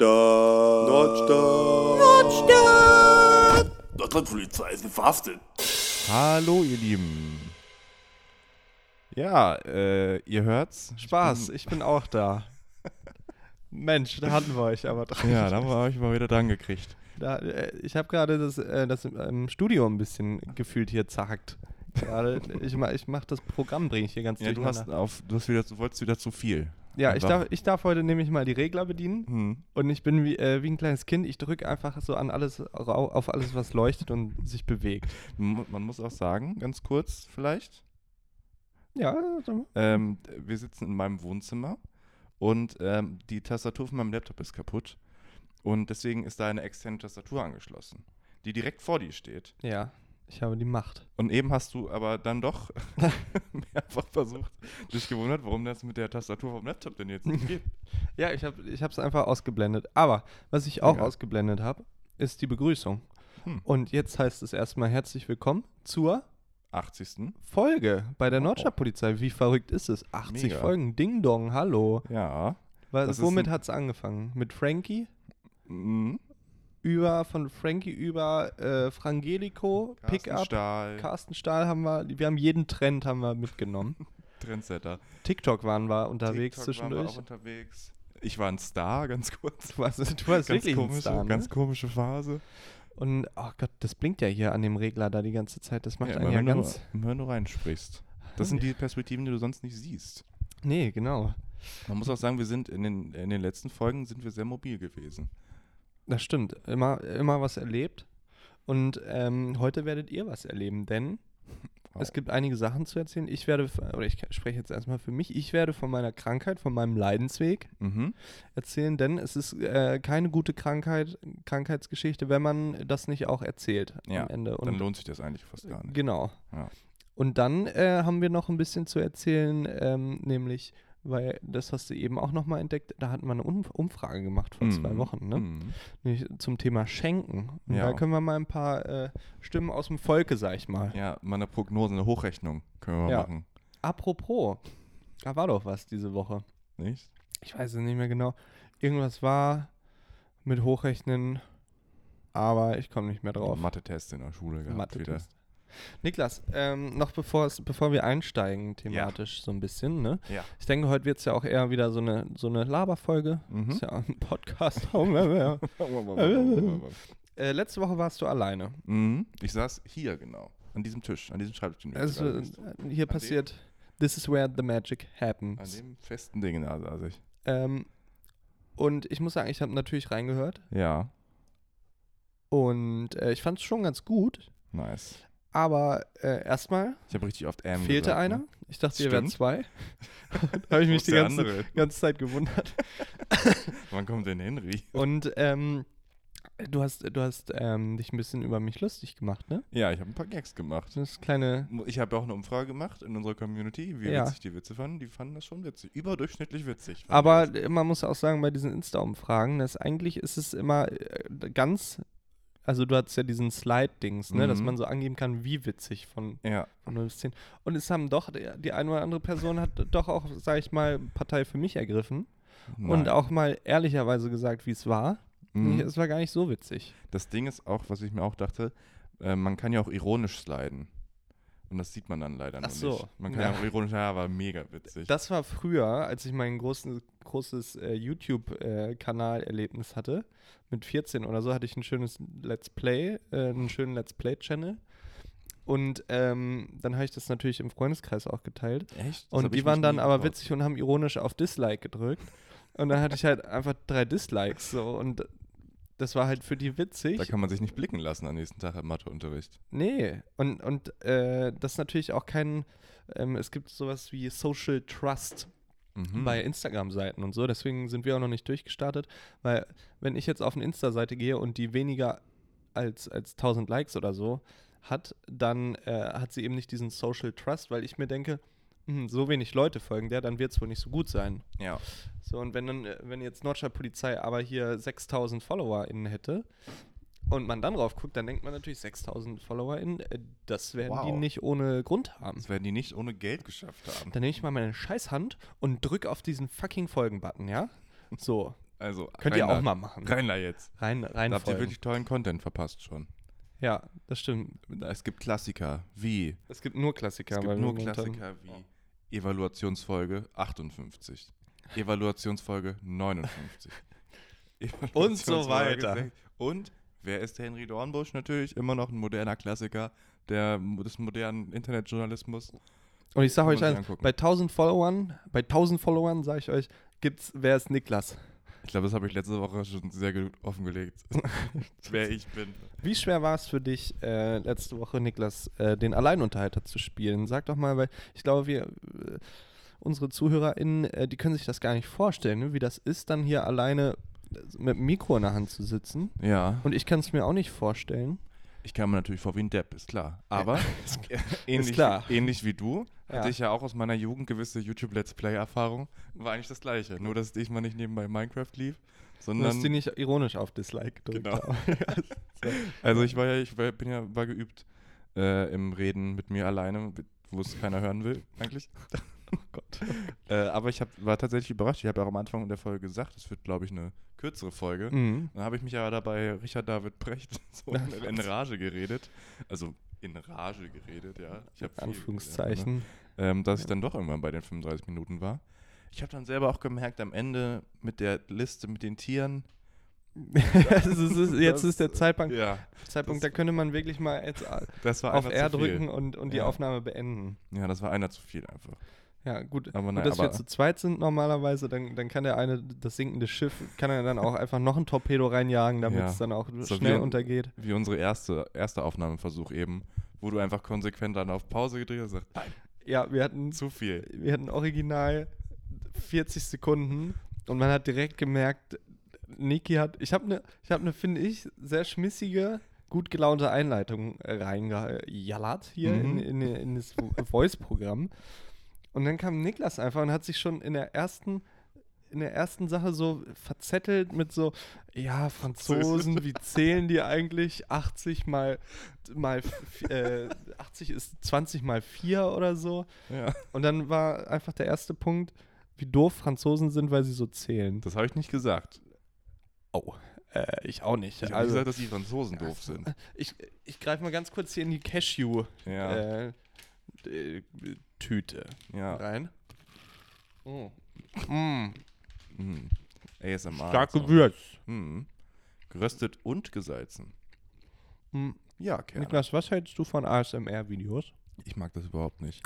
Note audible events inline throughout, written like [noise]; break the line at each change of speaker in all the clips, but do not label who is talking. Nordstadt. Nordstadt. Nordstadt. Nordstadtpolizei ist verhaftet.
Hallo, ihr Lieben. Ja, äh, ihr hört's?
Spaß, ich bin auch da. Mensch, da hatten wir euch aber
[laughs]
dran.
Ja, da haben wir euch mal wieder dran gekriegt.
Da, äh, ich habe gerade das, äh, das ähm, Studio ein bisschen gefühlt hier zackt. Gerade, ich, ma- ich mache das Programm, bringe ich hier ganz
Ja, du hast
durcheinander.
auf, du hast wieder, du wolltest wieder zu viel.
Ja, ich
Einfach.
darf, ich darf heute nämlich mal die Regler bedienen
Hm.
und ich bin wie, äh, wie ein kleines Kind. Ich drücke einfach so an alles, rau- auf alles, was leuchtet und sich bewegt.
M- Man muss auch sagen, ganz kurz vielleicht,
Ja, dann-
ähm, wir sitzen in meinem Wohnzimmer und ähm, die Tastatur von meinem Laptop ist kaputt und deswegen ist da eine externe Tastatur angeschlossen, die direkt vor dir steht.
ja, ich habe die Macht.
Und eben hast du aber dann doch [laughs] mehrfach versucht, dich gewundert, warum das mit der Tastatur vom Laptop denn jetzt nicht geht.
Ja, ich habe ich es einfach ausgeblendet. Aber was ich auch
Egal.
ausgeblendet habe, ist die Begrüßung.
Hm.
Und jetzt heißt es erstmal herzlich willkommen zur
80.
Folge bei der
Wow.
Nordstadtpolizei. Wie verrückt ist es?
Oh.
80
Mega.
Folgen. Ding Dong, hallo.
Ja.
Wa-
Das ist
womit
ein-
hat es angefangen? Mit Frankie?
Mhm.
Über, von Frankie über äh, Frangelico,
Carsten
Pickup,
Stahl,
Carsten Stahl haben wir, wir haben jeden Trend haben wir mitgenommen.
[laughs] Trendsetter.
TikTok waren wir unterwegs
TikTok waren wir
zwischendurch.
auch unterwegs. Ich war ein Star, ganz kurz.
Du warst, du
Ganz
warst wirklich
komische,
ein Star, ne?
ganz komische Phase.
Und, oh Gott, das blinkt ja hier an dem Regler da die ganze Zeit. Das macht
Ja,
einen
immer
ja
wenn
ganz...
Du, immer wenn du reinsprichst. Das sind die Perspektiven, die du sonst nicht siehst.
Nee, genau.
Man muss auch sagen, wir sind in den, in den letzten Folgen sind wir sehr mobil gewesen.
Das stimmt. Immer, immer was erlebt. Und ähm, heute werdet ihr was erleben, denn
Wow.
es gibt einige Sachen zu erzählen. Ich werde, f- oder ich spreche jetzt erstmal für mich, ich werde von meiner Krankheit, von meinem Leidensweg
Mhm.
erzählen, denn es ist äh, keine gute Krankheit, Krankheitsgeschichte, wenn man das nicht auch erzählt
Ja,
am Ende.
Dann lohnt sich das eigentlich fast gar nicht.
Genau.
Ja.
Und dann äh, haben wir noch ein bisschen zu erzählen, ähm, nämlich, weil das hast du eben auch nochmal entdeckt, da hatten wir eine um Umfrage gemacht vor zwei
Mhm.
Wochen, ne?
Mhm.
Nämlich zum Thema Schenken. Und
Ja.
da können wir mal ein paar äh, Stimmen aus dem Volke, sag ich mal.
Ja, mal eine Prognose, eine Hochrechnung können wir mal
Ja.
machen.
Apropos, da war doch was diese Woche.
Nicht?
Ich weiß es nicht mehr genau. Irgendwas war mit Hochrechnen, aber ich komme nicht mehr drauf.
Mathe-Test in der Schule gehabt wieder.
Mathe-Test. Niklas, ähm, noch bevor, es- bevor wir einsteigen thematisch so ein bisschen, ne? [laughs]
Ja.
Ich denke, heute wird es ja auch eher wieder so eine, so eine Laberfolge.
Mhm.
Ist ja auch ein
[laughs]
Podcast. äh, letzte Woche warst du alleine.
mhm. Ich saß hier genau, an diesem Tisch, an diesem Schreibtisch. den du jetzt
Also,
gerade
äh,
bist.
hier passiert, this is where the magic
an
happens.
dem festen Ding da saß ich.
Ähm, und ich muss sagen, ich habe natürlich reingehört
Ja,
und äh, ich fand es schon ganz gut.
nice.
Aber äh, erstmal
Ich habe richtig oft ähm
fehlte
gesagt,
einer.
Ne?
Ich dachte,
Das
ihr wärt
stimmt.
zwei.
[laughs]
da habe ich
Wo
mich
ist
die
der
ganze,
andere?
ganze Zeit gewundert.
Wann kommt denn Henry?
Und ähm, du hast, du hast ähm, dich ein bisschen über mich lustig gemacht, ne?
Ja, ich habe ein paar Gags gemacht.
So Das kleine.
Ich habe auch eine Umfrage gemacht in unserer Community, wie
Ja.
witzig die Witze fanden. Die fanden das schon witzig. Überdurchschnittlich witzig. fanden
Aber
die
man muss auch sagen, bei diesen Insta-Umfragen, dass eigentlich ist es immer äh, ganz. Also du hattest ja diesen Slide-Dings, ne? Dass
Mhm.
man so angeben kann, wie witzig von,
das. Ja,
von 0 bis 10. Und es haben doch, der- die eine oder andere Person hat doch auch, sag ich mal, Partei für mich ergriffen. Und
nein.
auch mal ehrlicherweise gesagt, wie es war.
Mhm.
Es war gar nicht so witzig.
Das Ding ist auch, was ich mir auch dachte, äh, man kann ja auch ironisch sliden. Und das sieht man dann leider
Ach
noch
so.
nicht. Man kann
Ja.
ja auch ironisch, ja, war mega witzig.
Das war früher, als ich mein großen, großes äh, YouTube-Kanal-Erlebnis hatte. Mit 14 oder so hatte ich ein schönes Let's Play, äh, einen schönen Let's Play-Channel. Und ähm, dann habe ich das natürlich im Freundeskreis auch geteilt.
Echt? Das hab
Und
ich
die waren
mich
dann
nie
aber
getraut.
witzig und haben ironisch auf Dislike gedrückt. Und dann hatte ich halt einfach drei Dislikes so. Und das war halt für die witzig.
Da kann man sich nicht blicken lassen am nächsten Tag im Matheunterricht.
Nee, und, und äh, das ist natürlich auch kein, ähm, es gibt sowas wie Social Trust
Mhm.
bei Instagram-Seiten und so, deswegen sind wir auch noch nicht durchgestartet, weil wenn ich jetzt auf eine Insta-Seite gehe und die weniger als, als 1000 Likes oder so hat, dann äh, hat sie eben nicht diesen Social Trust, weil ich mir denke, hm, so wenig Leute folgen der, dann wird es wohl nicht so gut sein.
ja.
So, und wenn dann, äh, wenn jetzt Nordstadt Polizei aber hier 6000 FollowerInnen hätte und man dann drauf guckt, dann denkt man natürlich 6000 FollowerInnen, äh, das werden die
Wow.
nicht ohne Grund haben.
Das werden die nicht ohne Geld geschafft haben.
Dann nehme ich mal meine Scheißhand und drück auf diesen fucking Folgen-Button, ja? So.
Also,
Könnt ihr
rein
auch
da-
mal machen.
Rein da jetzt.
Rein, rein
Da habt ihr
folgen.
wirklich tollen Content verpasst schon.
Ja, das stimmt.
Es gibt Klassiker wie.
Es gibt nur Klassiker.
Es
weil
gibt nur
wir momentan-
Klassiker wie Evaluationsfolge 58, Evaluationsfolge 59.
[laughs] Und so
Evaluationsfolge
weiter.
6. Und wer ist der Henry Dornbusch? Natürlich immer noch ein moderner Klassiker der, des modernen Internetjournalismus.
Und ich sage
Kann
euch
man sich
eins,
angucken.
bei 1000 Followern, bei 1000 Followern sage ich euch, gibt's, wer ist Niklas?
Ich glaube, das habe ich letzte Woche schon sehr gut offengelegt, [laughs] wer ich bin.
Wie schwer war es für dich, äh, letzte Woche, Niklas, äh, den Alleinunterhalter zu spielen? Sag doch mal, weil ich glaube, wir, äh, unsere ZuhörerInnen, äh, die können sich das gar nicht vorstellen, ne? wie das ist, dann hier alleine äh, mit dem Mikro in der Hand zu sitzen.
Ja,
Und ich kann es mir auch nicht vorstellen.
ich kam mir natürlich vor wie ein Depp, ist klar. Aber [laughs] ähnlich,
Ist klar.
ähnlich wie du
Ja.
hatte ich ja auch aus meiner Jugend gewisse YouTube-Let's Play-Erfahrung. War eigentlich das Gleiche, nur dass diesmal nicht nebenbei Minecraft lief,
Du hast die
sondern
nicht ironisch auf Dislike gedrückt.
Genau.
haben.
[laughs] also ich war ja, ich war, bin ja war geübt äh, im Reden mit mir alleine, wo es keiner hören will eigentlich. oh Gott. Äh, aber ich hab, war tatsächlich überrascht. Ich habe ja auch am Anfang der Folge gesagt, es wird glaube ich eine kürzere Folge.
mhm.
Dann habe ich mich aber dabei Richard David Precht [laughs] so in, in Rage geredet. Also in Rage geredet, ja. Ich hab viel-
Anführungszeichen.
ähm, dass ich dann doch irgendwann bei den 35 Minuten war. Ich habe dann selber auch gemerkt, am Ende mit der Liste mit den Tieren.
[laughs] Es ist, es ist, jetzt
ne? Das-
ist der Zeitpunkt,
Ja,
Zeitpunkt da könnte man wirklich mal jetzt a-
das war
auf
einfach
R
zu viel.
drücken und, und die
Ja.
Aufnahme beenden.
Ja, das war einer zu viel einfach.
Ja, gut.
Aber
und
nein,
dass wir
aber-
zu zweit sind normalerweise, dann, dann kann der eine, das sinkende Schiff, kann er dann auch einfach noch ein Torpedo reinjagen, damit
Ja.
es dann auch
So
schnell
wie-
untergeht.
Wie unsere erste, erste Aufnahmeversuch eben, wo du einfach konsequent dann auf Pause gedreht hast und sagst, nein,
Ja, wir hatten,
zu viel.
wir hatten original 40 Sekunden und man hat direkt gemerkt, Niki hat, ich habe eine, ich habe eine, finde ich, sehr schmissige, gut gelaunte Einleitung reingejallert hier
Mhm.
in, in, in das Vo- Voice-Programm. Und dann kam Niklas einfach und hat sich schon in der ersten in der ersten Sache so verzettelt mit so, ja, Franzosen, wie zählen die eigentlich? 80 mal, mal f- äh, 80 ist 20 mal 4 oder so.
Ja.
Und dann war einfach der erste Punkt, wie doof Franzosen sind, weil sie so zählen.
Das habe ich nicht gesagt.
Oh, äh, ich auch nicht.
Ich habe
also,
gesagt, dass die Franzosen doof [laughs] sind.
ich, ich greife mal ganz kurz hier in die Cashew-Tüte
Ja, ja.
rein. Mm. Also.
Mhm. ASMR.
Stark
und so.
gewürzt.
Mhm. Geröstet und gesalzen.
Mm.
Ja, Kerl.
Niklas, was hältst du von ASMR-Videos?
Ich mag das überhaupt nicht.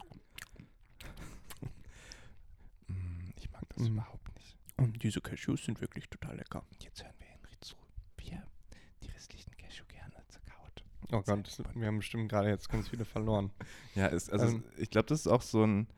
Mm, ich mag das
Mm.
überhaupt nicht.
Diese Cashews sind wirklich total lecker.
Jetzt hören wir Henry zu, wie er die restlichen Cashew gerne zerkaut.
Oh Gott, das- wir haben bestimmt gerade jetzt ganz viele verloren.
Ja, ist, also
Ähm.
es- ich glaube, das ist auch so ein,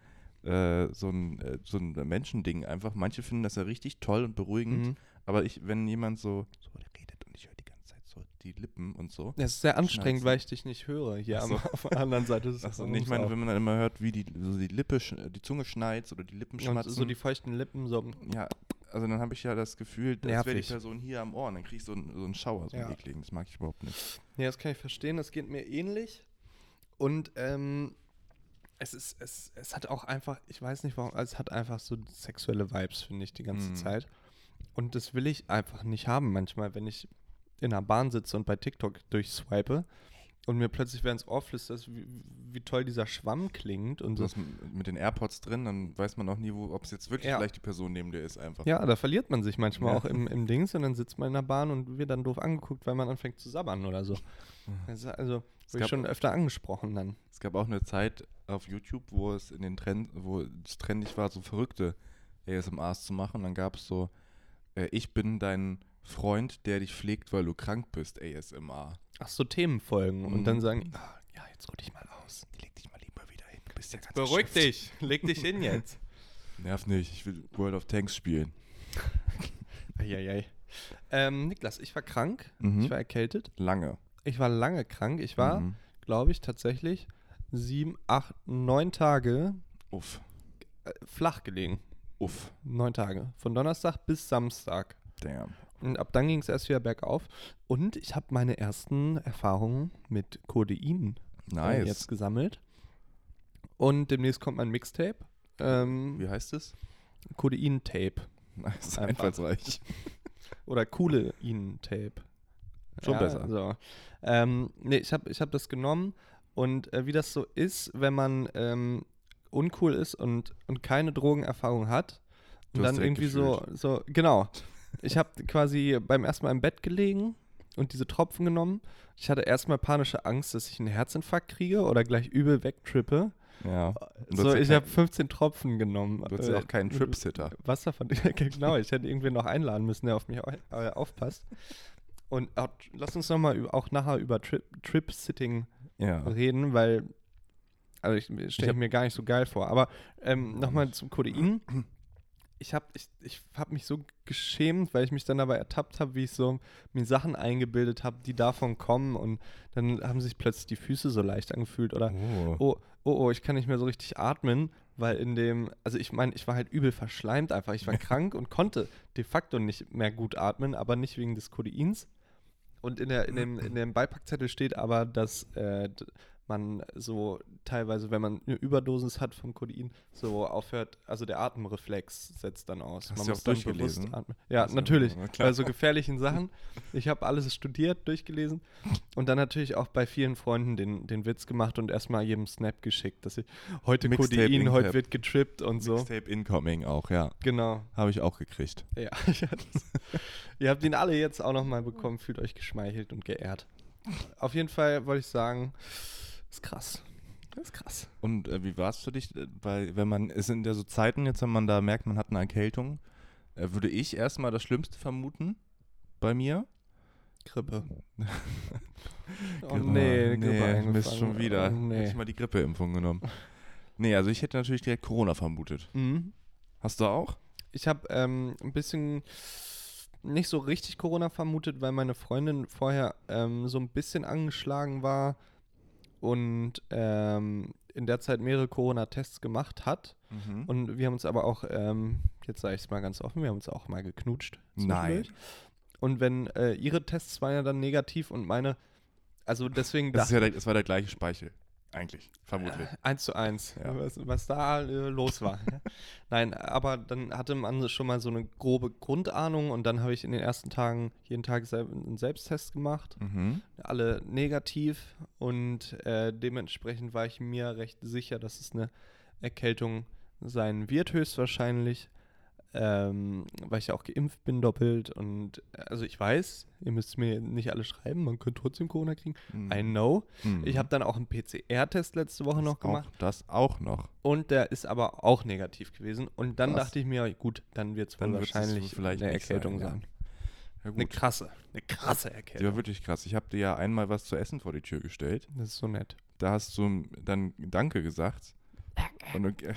äh, so, ein, äh, so ein Menschending einfach. Manche finden das ja richtig toll und beruhigend,
Mhm.
aber ich, wenn jemand so, so redet und ich höre die ganze Zeit so die Lippen und so.
Es ist sehr anstrengend,
Schnauzen.
weil ich dich nicht höre. Hier
Ach so.
am, [laughs] auf der anderen Seite des
Achso,
Raums
ich meine,
auch.
wenn man dann immer hört, wie die, so die Lippe, sch- die Zunge schneit oder die Lippen
Und
schmatzen.
so die feuchten Lippen so.
Ja, also dann habe ich ja das Gefühl, als wäre die
Nervig.
Person hier am Ohr und dann kriege ich so einen, so einen Schauer, so einen
Ja.
ekligen. Das mag ich überhaupt nicht.
Ja, das kann ich verstehen, das geht mir ähnlich. Und ähm, es ist, es, es hat auch einfach, ich weiß nicht warum, es hat einfach so sexuelle Vibes, finde ich, die ganze
Mhm.
Zeit. Und das will ich einfach nicht haben manchmal, wenn ich in einer Bahn sitze und bei TikTok durchswipe und mir plötzlich während ins Ohr flüstert, wie, wie toll dieser Schwamm klingt und
Du
so.
hast m- mit den AirPods drin, dann weiß man auch nie, ob es jetzt wirklich
Ja.
gleich die Person neben dir ist einfach.
Ja, da verliert man sich manchmal
Ja.
auch im, im Dings und dann sitzt man in der Bahn und wird dann doof angeguckt, weil man anfängt zu sabbern oder so. Also, also
Es
wurde ich
gab-
schon öfter angesprochen dann.
Es gab auch eine Zeit auf YouTube, wo es in den Trend, wo es trendig war, so verrückte ASMRs zu machen. Dann gab es so, äh, ich bin dein Freund, der dich pflegt, weil du krank bist, ASMR.
Ach so, Themenfolgen und
Mhm.
dann sagen, ah, ja, jetzt ruh dich mal aus.
Leg dich mal lieber wieder hin, du bist ja ganz
Beruhig dich, leg dich hin jetzt.
Nerv nicht, ich will World of Tanks spielen.
[laughs] Eieiei. Ähm, Niklas, ich war krank,
Mhm.
ich war erkältet,
Lange.
ich war lange krank, ich war,
Mhm.
glaube ich, tatsächlich sieben, acht, neun Tage
Uff,
äh, flach gelegen.
uff,
Neun Tage. Von Donnerstag bis Samstag.
damn.
Und ab dann ging es erst wieder bergauf. Und ich habe meine ersten Erfahrungen mit Codein äh,
Nice.
jetzt gesammelt. Und demnächst kommt mein Mixtape. Ähm,
Wie heißt es? [laughs]
Codein-Tape.
Nice,
Einfach.
einfallsreich.
Oder coole Ihnen-Tape.
Schon besser.
So. Ähm, nee, ich habe ich hab das genommen und äh, wie das so ist, wenn man ähm, uncool ist und, und keine Drogenerfahrung hat
Du
und
hast
dann
direkt
irgendwie so, so, genau. Ich habe quasi beim ersten Mal im Bett gelegen und diese Tropfen genommen. Ich hatte erstmal panische Angst, dass ich einen Herzinfarkt kriege oder gleich übel wegtrippe.
Ja. Und du
So,
hast ja
ich
kein-
habe 15 Tropfen genommen. Äh,
Du hast ja auch keinen Tripsitter.
[laughs] Was davon? genau, ich hätte irgendwen noch einladen müssen, der auf mich au- äh, aufpasst. Und auch, lass uns nochmal auch nachher über Trip- Trip-Sitting
Ja.
reden, weil, also ich
Ich
stelle
hab-
mir gar nicht so geil vor. Aber ähm, nochmal zum Codein. Ich habe ich, ich hab mich so geschämt, weil ich mich dann dabei ertappt habe, wie ich so mir Sachen eingebildet habe, die davon kommen. Und dann haben sich plötzlich die Füße so leicht angefühlt. Oder
Oh.
oh, oh, oh, ich kann nicht mehr so richtig atmen, weil in dem, also ich meine, ich war halt übel verschleimt
[laughs]
einfach. Ich war krank und konnte de facto nicht mehr gut atmen, aber nicht wegen des Codeins. Und in, der, in, dem, in dem Beipackzettel steht aber, dass äh, d- man so teilweise, wenn man eine Überdosis hat vom Codein, so aufhört, also der Atemreflex setzt dann aus.
Hast
man
du auch
dann
durchgelesen?
bewusst atmen. Ja,
Hast du-
natürlich.
na klar.
Bei so
[laughs]
gefährlichen Sachen. Ich habe alles studiert, durchgelesen. Und dann natürlich auch bei vielen Freunden den, den Witz gemacht und erstmal jedem Snap geschickt, dass sie heute
Mixtape,
Codein, heute
Inktab.
wird getrippt und so.
Mixtape Incoming auch, ja.
Genau.
Habe ich auch gekriegt. [laughs]
Ja, ich hatte es. ihr habt ihn alle jetzt auch nochmal bekommen, fühlt euch geschmeichelt und geehrt. Auf jeden Fall wollte ich sagen, ist krass. Ist krass.
Und äh, wie war es für dich? äh, Weil, wenn man, es sind ja so Zeiten jetzt, wenn man da merkt, man hat eine Erkältung, äh, würde ich erstmal das Schlimmste vermuten bei mir.
Grippe. oh
Grippe. nee
nee, Grippe
Mist schon
eingefangen.
wieder.
Oh,
Hätte
nee.
ich mal die Grippeimpfung genommen. [laughs] nee, also ich hätte natürlich direkt Corona vermutet.
Mhm.
Hast du auch?
Ich habe ähm, ein bisschen nicht so richtig Corona vermutet, weil meine Freundin vorher ähm, so ein bisschen angeschlagen war und ähm, in der Zeit mehrere Corona-Tests gemacht hat.
Und
Und wir haben uns aber auch, ähm, jetzt sage ich es mal ganz offen, wir haben uns auch mal geknutscht.
Nein.
zwischendurch. Und wenn äh, ihre Tests waren ja dann negativ und meine, also deswegen
Das, ist
dachte
ja der, das war der gleiche Speichel. Eigentlich. Vermutlich.
[laughs] eins zu eins,
Ja.
was, was da äh, los war.
[laughs]
Nein, aber dann hatte man schon mal so eine grobe Grundahnung und dann habe ich in den ersten Tagen jeden Tag sel- einen Selbsttest gemacht,
Mhm.
alle negativ und äh, dementsprechend war ich mir recht sicher, dass es eine Erkältung sein wird höchstwahrscheinlich, ähm, weil ich ja auch geimpft bin doppelt und äh, also ich weiß, ihr müsst mir nicht alle schreiben, man könnte trotzdem Corona kriegen. I know.
Mhm.
Ich habe dann auch einen PCR-Test letzte Woche noch
auch,
gemacht
Das auch noch.
und der ist aber auch negativ gewesen. Und dann
Krass.
dachte ich mir, gut, dann wird es wohl
Dann wird's
wahrscheinlich
vielleicht
eine
nicht
Erkältung
sein, ja.
sein.
Ja,
Eine
gut.
krasse, eine krasse
Die
Erkältung.
war wirklich krass. Ich habe dir ja einmal was zu essen vor die Tür gestellt.
Das ist so nett.
Da hast du dann Danke gesagt. Und du, ja,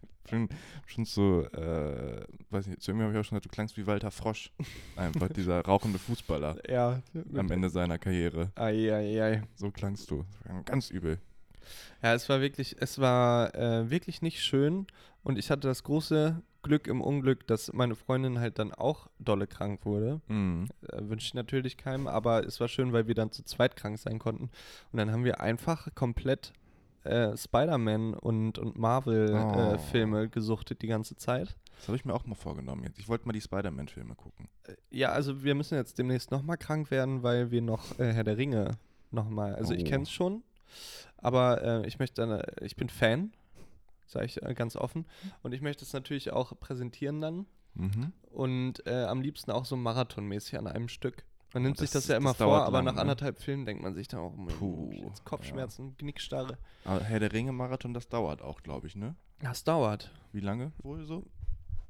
[laughs] schon, schon so, äh, weiß nicht, zu ihm habe ich auch schon gesagt, du klangst wie Walter Frosch. Einfach dieser rauchende Fußballer
Ja.
am Ende seiner Karriere.
Ai, ai, ai.
So klangst du. Ganz übel.
Ja, es war wirklich, es war äh, wirklich nicht schön und ich hatte das große Glück im Unglück, dass meine Freundin halt dann auch dolle krank wurde.
Mhm.
Äh, Wünsche ich natürlich keinem, aber es war schön, weil wir dann zu zweit krank sein konnten. Und dann haben wir einfach komplett äh, Spider-Man und, und
Oh.
Marvel-Filme gesuchtet die ganze Zeit.
Das habe ich mir auch mal vorgenommen jetzt. Ich wollte mal die Spider-Man-Filme gucken.
Ja, also wir müssen jetzt demnächst nochmal krank werden, weil wir noch äh, Herr der Ringe nochmal. Also ich
Oh.
kenne es schon, aber äh, ich möchte, dann, äh, ich bin Fan, sage ich äh, ganz offen, und ich möchte es natürlich auch präsentieren dann
Mhm.
und äh, am liebsten auch so marathonmäßig an einem Stück. Man nimmt
Oh,
sich
das-
das ja
das
immer vor,
dauert
aber
lang,
nach
ne?
anderthalb Filmen denkt man sich dann auch, Mensch,
Puh,
jetzt Kopfschmerzen, Knickstarre.
Aber Herr der Ringe-Marathon, das dauert auch, glaube ich, ne?
Das dauert.
Wie lange wohl so?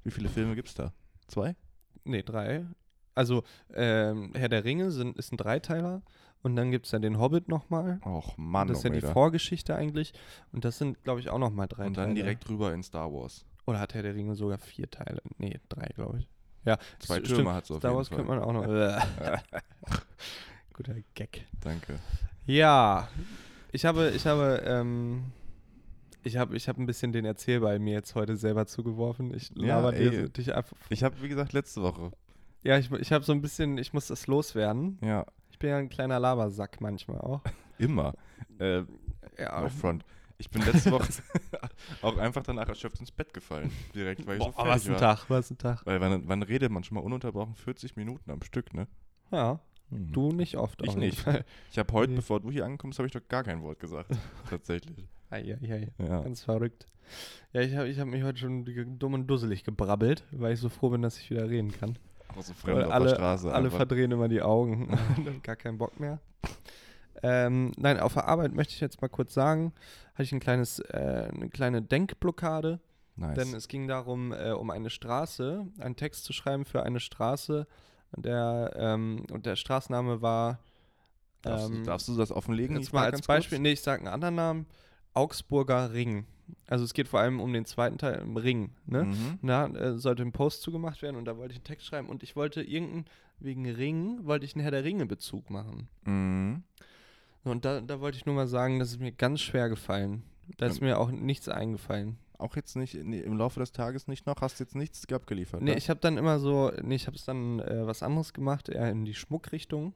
Wie viele Filme gibt's da? Zwei?
Nee, drei. Also ähm, Herr der Ringe sind, ist ein Dreiteiler und dann gibt es ja den Hobbit nochmal.
Och Mann, oh
das ist ja die
Omega.
Vorgeschichte eigentlich. Und das sind, glaube ich, auch nochmal drei
Und dann
Teile.
direkt rüber in Star Wars.
Oder hat Herr der Ringe sogar vier Teile? Nee, drei, glaube ich. Ja,
Zwei
s-
Türme hat's auf
Star
jeden
Wars
Fall.
könnte man auch noch.
[laughs]
[laughs] Guter Gag.
Danke.
Ja, ich habe, ich habe, ähm, ich habe, ich habe ein bisschen den Erzählball mir jetzt heute selber zugeworfen. Ich
Ja,
laber dir
ey.
so- dich einfach.
Ich habe, wie gesagt, letzte Woche.
Ja, ich, ich habe so ein bisschen, ich muss das loswerden.
Ja,
Ich bin ja ein kleiner Labersack manchmal auch.
immer. Äh,
Ja,
Auf Front. Ich bin letzte Woche [laughs] auch einfach danach erschöpft ins Bett gefallen. Direkt, weil ich so
Boah,
fertig
was ein
war.
Tag, was ein Tag.
Weil wann, wann redet man schon mal ununterbrochen 40 Minuten am Stück, ne?
Ja, du nicht oft.
Ich
auf jeden
nicht.
Fall. [laughs]
Ich habe heute,
Nee.
bevor du hier ankommst, habe ich doch gar kein Wort
[laughs]
gesagt. Tatsächlich.
Ei, ei, ei.
Ja.
Ganz verrückt. Ja, ich habe ich hab mich heute schon ge- dumm und dusselig gebrabbelt, weil ich so froh bin, dass ich wieder reden kann.
Auch so fremd
Weil
auf
alle,
der Straße.
alle
einfach.
verdrehen immer die Augen. [laughs] Gar keinen Bock mehr. Ähm, nein, auf der Arbeit möchte ich jetzt mal kurz sagen, hatte ich ein kleines, äh, eine kleine Denkblockade.
nice.
Denn es ging darum, äh, um eine Straße, einen Text zu schreiben für eine Straße. Und der, ähm, und der Straßenname war.
darfst, du-
ähm,
darfst du das offenlegen?
Jetzt mal als Beispiel, nee, ich sage einen anderen Namen: Augsburger Ring. Also es geht vor allem um den zweiten Teil, im Ring. Ne?
Mhm.
Na, äh, sollte ein Post zugemacht werden und da wollte ich einen Text schreiben und ich wollte irgendeinen, wegen Ring, wollte ich einen Herr der Ringe-Bezug machen.
Mhm.
Und da, da wollte ich nur mal sagen, das ist mir ganz schwer gefallen. Da
Ähm.
ist mir auch nichts eingefallen.
Auch jetzt nicht, nee, im Laufe des Tages nicht noch, hast jetzt nichts abgeliefert.
Nee,
ne?
ich habe dann immer so, nee, ich habe es dann äh, was anderes gemacht, eher in die Schmuckrichtung.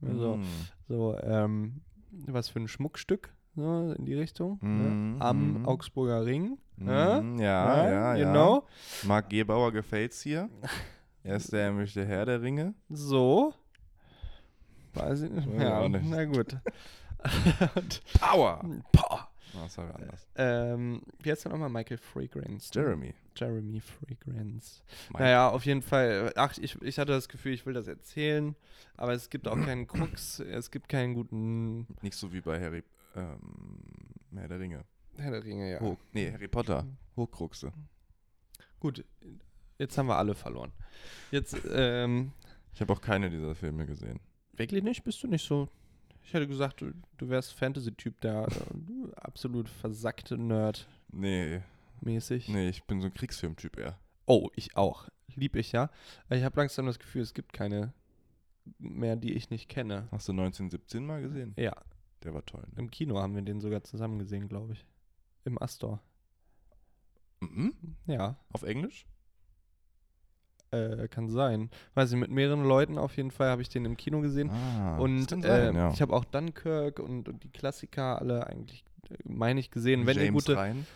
Also,
Mhm.
so, ähm, was für ein Schmuckstück, so in die Richtung.
Mhm,
Ne? Am
mhm.
Augsburger Ring. ne?
Mhm, ja, ja, ja.
Genau.
Marc Gebauer gefällt's
[laughs]
hier. Er ist der nämliche Herr der Ringe.
So. Weiß ich nicht.
Weiß ich
Ja,
auch nicht.
na gut.
[laughs]
Und,
Power!
boah.
Oh, das war anders.
Ähm, wie heißt der nochmal? Michael Fragrance. ne?
Jeremy.
Jeremy Fragrance.
Mike.
Naja, auf jeden Fall. äh, Ach, ich, ich hatte das Gefühl, ich will das erzählen, aber es gibt auch keinen Krux, es gibt keinen guten
Nicht so wie bei Harry, ähm, Herr der Ringe.
Herr der Ringe, ja. Mhm.
Ho nee, Harry Potter. Hochkruxe.
Gut, jetzt haben wir alle verloren. Jetzt, ähm,
Ich habe auch keine dieser Filme gesehen.
wirklich nicht? Bist du nicht so. Ich hätte gesagt, du, du wärst Fantasy-Typ, der äh, absolut versackte Nerd-mäßig.
Nee, nee, ich bin so ein Kriegsfilmtyp eher.
Oh, ich auch. Lieb ich ja. Aber Ich habe langsam das Gefühl, es gibt keine mehr, die ich nicht kenne.
Hast du 1917 mal gesehen?
Ja,
Der war toll. Ne?
Im Kino haben wir den sogar zusammen gesehen, glaube ich. Im Astor.
Mhm.
Ja,
Auf Englisch?
äh, kann sein. Weiß ich, mit mehreren Leuten auf jeden Fall habe ich den im Kino gesehen.
Ah, das
und
kann sein,
äh,
ja.
ich habe auch Dunkirk und, und die Klassiker alle eigentlich, äh, meine ich, gesehen. Wenn die
James
gute,
Ryan.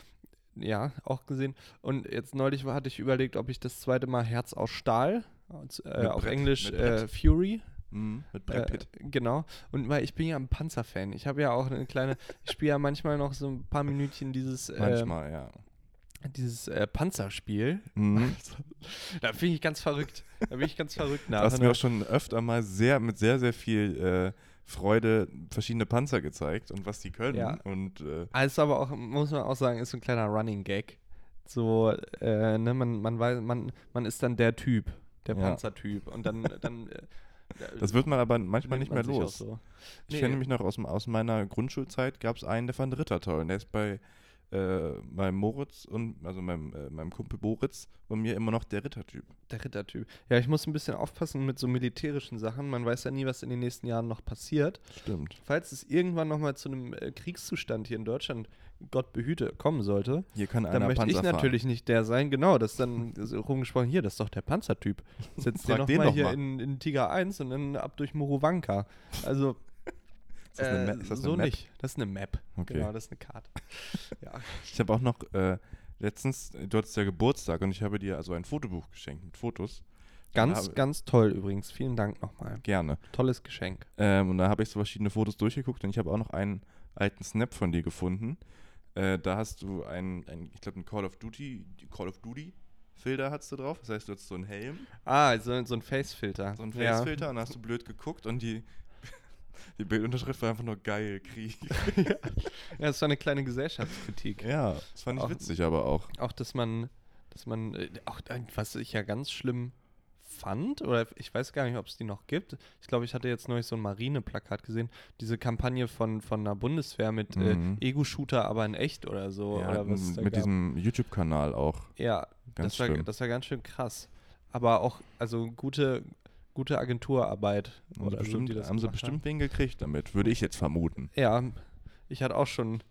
ja, auch gesehen. Und jetzt neulich war- hatte ich überlegt, ob ich das zweite Mal Herz aus Stahl, aus- äh,
Mit
auf
Brett,
Englisch
mit Brett.
äh, Fury,
Mhm. Mit Brad
Äh,
Pitt.
genau. Und weil ich bin ja ein Panzerfan. Ich habe ja auch eine kleine, ich spiele ja manchmal noch so ein paar Minütchen dieses, ähm,
Manchmal, ja.
[laughs] dieses äh, Panzerspiel.
Mhm.
Da bin ich ganz verrückt. Da bin ich
[laughs]
ganz verrückt
Du
nach.
hast mir auch schon öfter mal sehr, mit sehr, sehr viel äh, Freude verschiedene Panzer gezeigt und was die können.
Ja.
Und äh,
Ah, ist aber auch, muss man auch sagen, ist so ein kleiner Running Gag. So, äh, ne, man, man weiß, man, man ist dann der Typ, der
Ja.
Panzertyp.
[laughs]
Und dann, dann äh,
das wird man aber manchmal
nimmt
nicht mehr
man sich auch
los.
So.
Ich
Nee.
kenne mich noch aus, dem- aus meiner Grundschulzeit, gab es einen, der fand Ritter toll. Und der ist bei äh, meinem Moritz und, also meinem, äh, meinem Kumpel Boritz und mir immer noch der Rittertyp.
Der Rittertyp. Ja, ich muss ein bisschen aufpassen mit so militärischen Sachen. Man weiß ja nie, was in den nächsten Jahren noch passiert.
Stimmt.
Falls es irgendwann nochmal zu einem äh, Kriegszustand hier in Deutschland, Gott behüte, kommen sollte,
Hier kann einer
dann möchte
Panzer
ich natürlich nicht der sein. Genau, das ist dann so rumgesprochen, hier, das ist doch der Panzertyp.
[laughs]
Setzt den
Frag den
nochmal
doch
hier
mal.
In, in Tiger 1 und dann ab durch Moruwanka. Also,
[laughs] Ist das eine
äh,
Ma- ist das eine
so
Map?
nicht. Das ist eine Map.
Okay.
Genau, das ist eine
[laughs]
Karte. ja.
fahren. Ich habe auch noch äh, letztens, äh, du hattest ja Geburtstag und ich habe dir also ein Fotobuch geschenkt mit Fotos.
Ganz,
habe-
ganz toll übrigens. Vielen Dank nochmal.
Gerne.
Tolles Geschenk.
Ähm, und da habe ich so verschiedene Fotos durchgeguckt und ich habe auch noch einen alten Snap von dir gefunden. Äh, da hast du einen, einen ich glaube, einen Call of Duty, Call of Duty Filter hattest du drauf. Das heißt, du hattest so einen Helm.
Ah, so, so ein Facefilter.
so einen
Ja.
Facefilter und dann hast du blöd geguckt und die, [laughs] die Bildunterschrift war einfach nur geil, Krieg.
Ja, das war eine kleine Gesellschaftskritik.
Ja, das fand ich
Auch-
witzig, aber auch.
Auch, dass man, dass man, äh, auch äh, was ich ja ganz schlimm fand, oder ich weiß gar nicht, ob es die noch gibt. Ich glaube, ich hatte jetzt neulich so ein Marine-Plakat gesehen, diese Kampagne von, von der Bundeswehr mit
Mhm.
äh, Ego-Shooter, aber in echt oder so.
ja,
oder Oh, was es
mit
da
mit
gab.
diesem YouTube-Kanal auch.
Ja,
Ganz
das war,
schlimm.
das war ganz schön krass. Aber auch, also gute, gute Agenturarbeit.
Haben sie
oder so,
bestimmt,
die das
haben sie
gemacht
bestimmt wen gekriegt damit, würde ich jetzt vermuten.
Ja, ich hatte auch schon.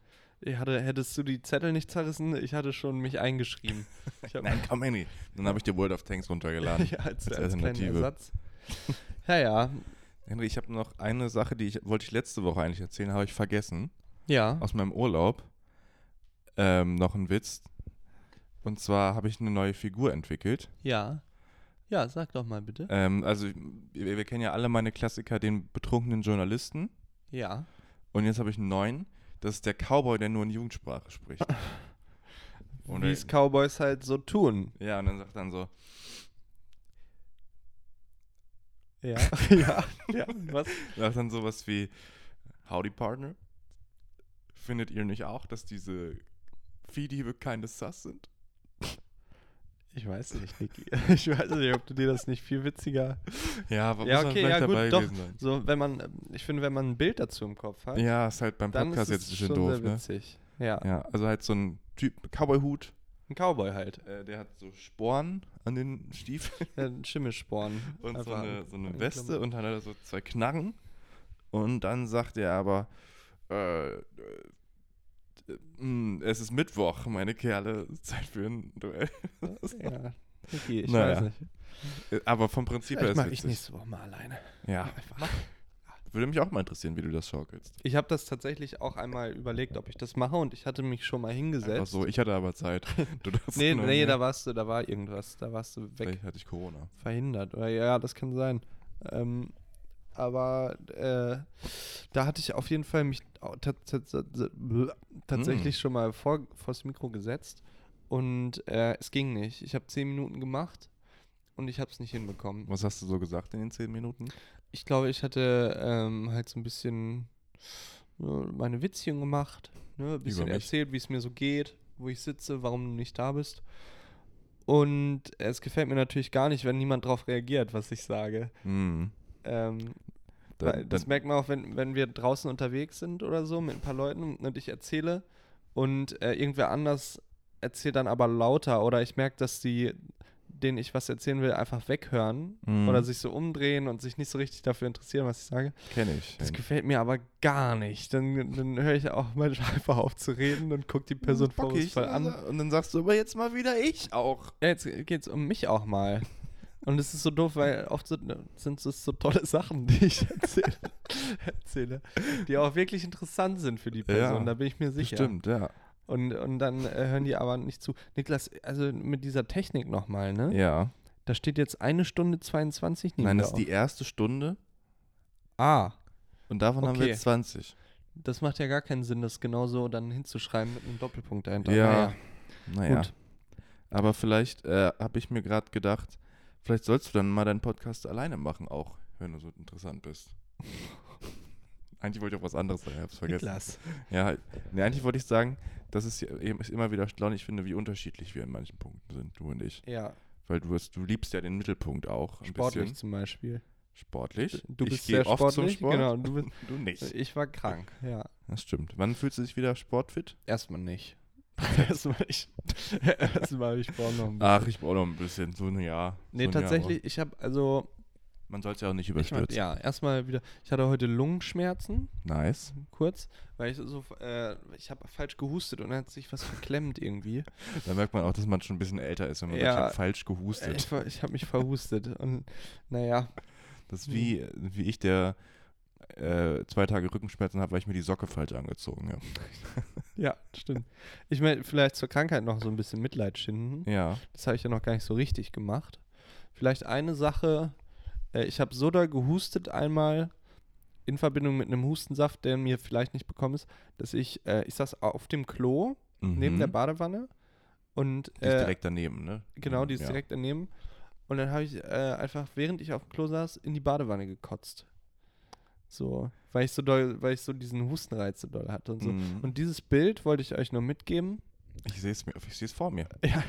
Ich hatte, hättest du die Zettel nicht zerrissen, ich hatte schon mich eingeschrieben. Ich
[laughs]
hab,
Nein, komm, Henry. Dann habe ich dir World of Tanks
[laughs]
runtergeladen.
ja, als,
als
als, kleinen
Alternative. [laughs]
Ersatz. Ja, ja.
Henry, ich habe noch eine Sache, die ich wollte ich letzte Woche eigentlich erzählen, habe ich vergessen.
Ja.
Aus meinem Urlaub. ähm, noch einen Witz. Und zwar habe ich eine neue Figur entwickelt.
Ja. Ja, sag doch mal bitte.
Ähm, also wir, wir kennen ja alle meine Klassiker, den betrunkenen Journalisten.
Ja.
Und jetzt habe ich einen neuen. Das ist der Cowboy, der nur in Jugendsprache
[laughs]
spricht. Und
Wie
er-
es Cowboys halt so tun.
ja, und dann sagt dann so,
Ja. [laughs] ja. ja. Was?
sagt dann sowas wie, Howdy Partner, findet ihr nicht auch, dass diese Viehdiebe keine Sass sind?
Ich weiß nicht, Niki. [laughs] Ich weiß nicht, ob du dir das nicht viel witziger.
Ja, aber
Ja,
muss man
okay,
vielleicht
ja,
dabei
gut, doch.
gewesen sein.
So, wenn man, ähm, ich finde, wenn man ein Bild dazu im Kopf hat,
Ja, ist halt beim
dann
Podcast
ist
jetzt ein
es
bisschen
schon
doof,
sehr
ne?
witzig. Ja.
Ja, also halt so ein Typ, Cowboy-Hut,
Ein Cowboy halt.
äh, der hat so Sporen an den Stiefeln
Ja, Ein Schimmelsporn.
[laughs] und so
Einfach
eine, so eine
ein-
Weste und dann hat er so zwei Knarren und dann sagt er aber, äh, äh, mh, es ist Mittwoch, meine Kerle, [laughs] Zeit für ein Duell.
Ja. Niki, ich
Naja.
weiß nicht.
Äh, Aber vom Prinzip her
Vielleicht
ist es
mache ich nächste Woche mal alleine.
Ja, würde mich auch mal interessieren, wie du das schaukelst.
Ich habe das tatsächlich auch einmal überlegt, ob ich das mache und ich hatte mich schon mal
Einfach
hingesetzt.
so, ich hatte aber Zeit. [laughs] Du darfst
nee,
nur-
nee, da warst du, da war irgendwas, da warst du weg.
Vielleicht hatte ich Corona.
verhindert. Oder ja, das kann sein. Ähm, aber äh, da hatte ich auf jeden Fall mich au- tats- tats- tats- tatsächlich
Mm.
schon mal vor vors Mikro gesetzt und äh, es ging nicht. Ich habe zehn Minuten gemacht und ich habe es nicht hinbekommen.
Was hast du so gesagt in den zehn Minuten?
Ich glaube, ich hatte ähm, halt so ein bisschen äh, meine Witzchen gemacht, ne? ein bisschen
mich.
erzählt, wie es mir so geht, wo ich sitze, warum du nicht da bist. Und es gefällt mir natürlich gar nicht, wenn niemand darauf reagiert, was ich sage.
Mhm.
Ähm,
Da-
weil das
da-
merkt man auch, wenn, wenn wir draußen unterwegs sind oder so mit ein paar Leuten und ich erzähle und äh, irgendwer anders erzählt dann aber lauter oder ich merke, dass die, denen ich was erzählen will, einfach weghören
Mhm.
oder sich so umdrehen und sich nicht so richtig dafür interessieren, was ich sage.
Kenne ich.
Das gefällt mir aber gar nicht. Dann, dann höre ich auch manchmal [laughs] einfach auf zu reden und gucke die
Hm,
Person
ich äh,
vorwurfsvoll an.
Und dann sagst du aber jetzt mal wieder ich auch.
Ja, jetzt geht's um mich auch mal. Und es ist so doof, weil oft sind, sind es so tolle Sachen, die ich [laughs] erzähle, erzähle, die auch wirklich interessant sind für die Person,
Ja,
da bin ich mir sicher.
Stimmt, ja.
Und, und dann äh, hören die aber nicht zu. Niklas, also mit dieser Technik nochmal, ne?
Ja.
Da steht jetzt eine Stunde 22
Nein, das ist
auf.
die erste Stunde
Ah,
und davon haben wir
Okay.
jetzt 20.
das macht ja gar keinen Sinn, das genauso dann hinzuschreiben mit einem Doppelpunkt dahinter. Naja.
Naja.
Gut.
Aber vielleicht äh, habe ich mir gerade gedacht, vielleicht sollst du dann mal deinen Podcast alleine machen, auch wenn du so interessant
[laughs]
bist. eigentlich wollte ich auch was anderes sagen, ich hab's vergessen.
Niklas.
Ja, nee, eigentlich wollte ich sagen, das ist, ja eben- ist immer wieder erstaunlich, ich finde, wie unterschiedlich wir in manchen Punkten sind, du und ich.
Ja,
Weil du, hast, du liebst ja den Mittelpunkt auch. Ein
sportlich
Bisschen.
zum Beispiel.
Sportlich.
Du
ich
bist
gehe
sehr
oft
sportlich.
zum Sport.
Genau, du bist,
[laughs] Du nicht.
ich war krank. Ja.
Das stimmt. Wann fühlst du dich wieder sportfit?
Erstmal nicht. [laughs] Erstmal ich. Erstmal, ich brauche noch ein bisschen.
Ach, ich brauche noch ein bisschen. So ein Jahr. so Ah,
nee,
ein
tatsächlich,
Jahr.
ich habe also.
Man soll es ja auch nicht
Ich mein,
überstürzen.
ja, erstmal wieder. Ich hatte heute Lungenschmerzen,
Nice.
kurz, weil ich so. Äh, ich habe falsch gehustet und dann hat sich was verklemmt irgendwie.
Da merkt man auch, dass man schon ein bisschen älter ist, wenn man sagt, ich
Ja.
hab falsch
Äh,
gehustet.
Ich, war- ich habe mich verhustet. Und naja,
Das ist wie, wie ich, der äh, zwei Tage Rückenschmerzen habe, weil ich mir die Socke falsch angezogen habe.
ja, stimmt. Ich meine, vielleicht zur Krankheit noch so ein bisschen Mitleid schinden.
Ja.
Das habe ich ja noch gar nicht so richtig gemacht. Vielleicht eine Sache, äh, ich habe so doll gehustet einmal in Verbindung mit einem Hustensaft, der mir vielleicht nicht bekommen ist, dass ich, äh, ich saß auf dem Klo
Mhm.
neben der Badewanne und
Die ist
äh,
direkt daneben, ne?
genau, die ist
ja.
direkt daneben. Und dann habe ich äh, einfach, während ich auf dem Klo saß, in die Badewanne gekotzt. So, weil ich so doll, weil ich so diesen Hustenreiz so doll hatte und so.
Mhm.
Und dieses Bild wollte ich euch nur mitgeben. [laughs]
Ich sehe es mir, ich sehe es vor mir.
Ja,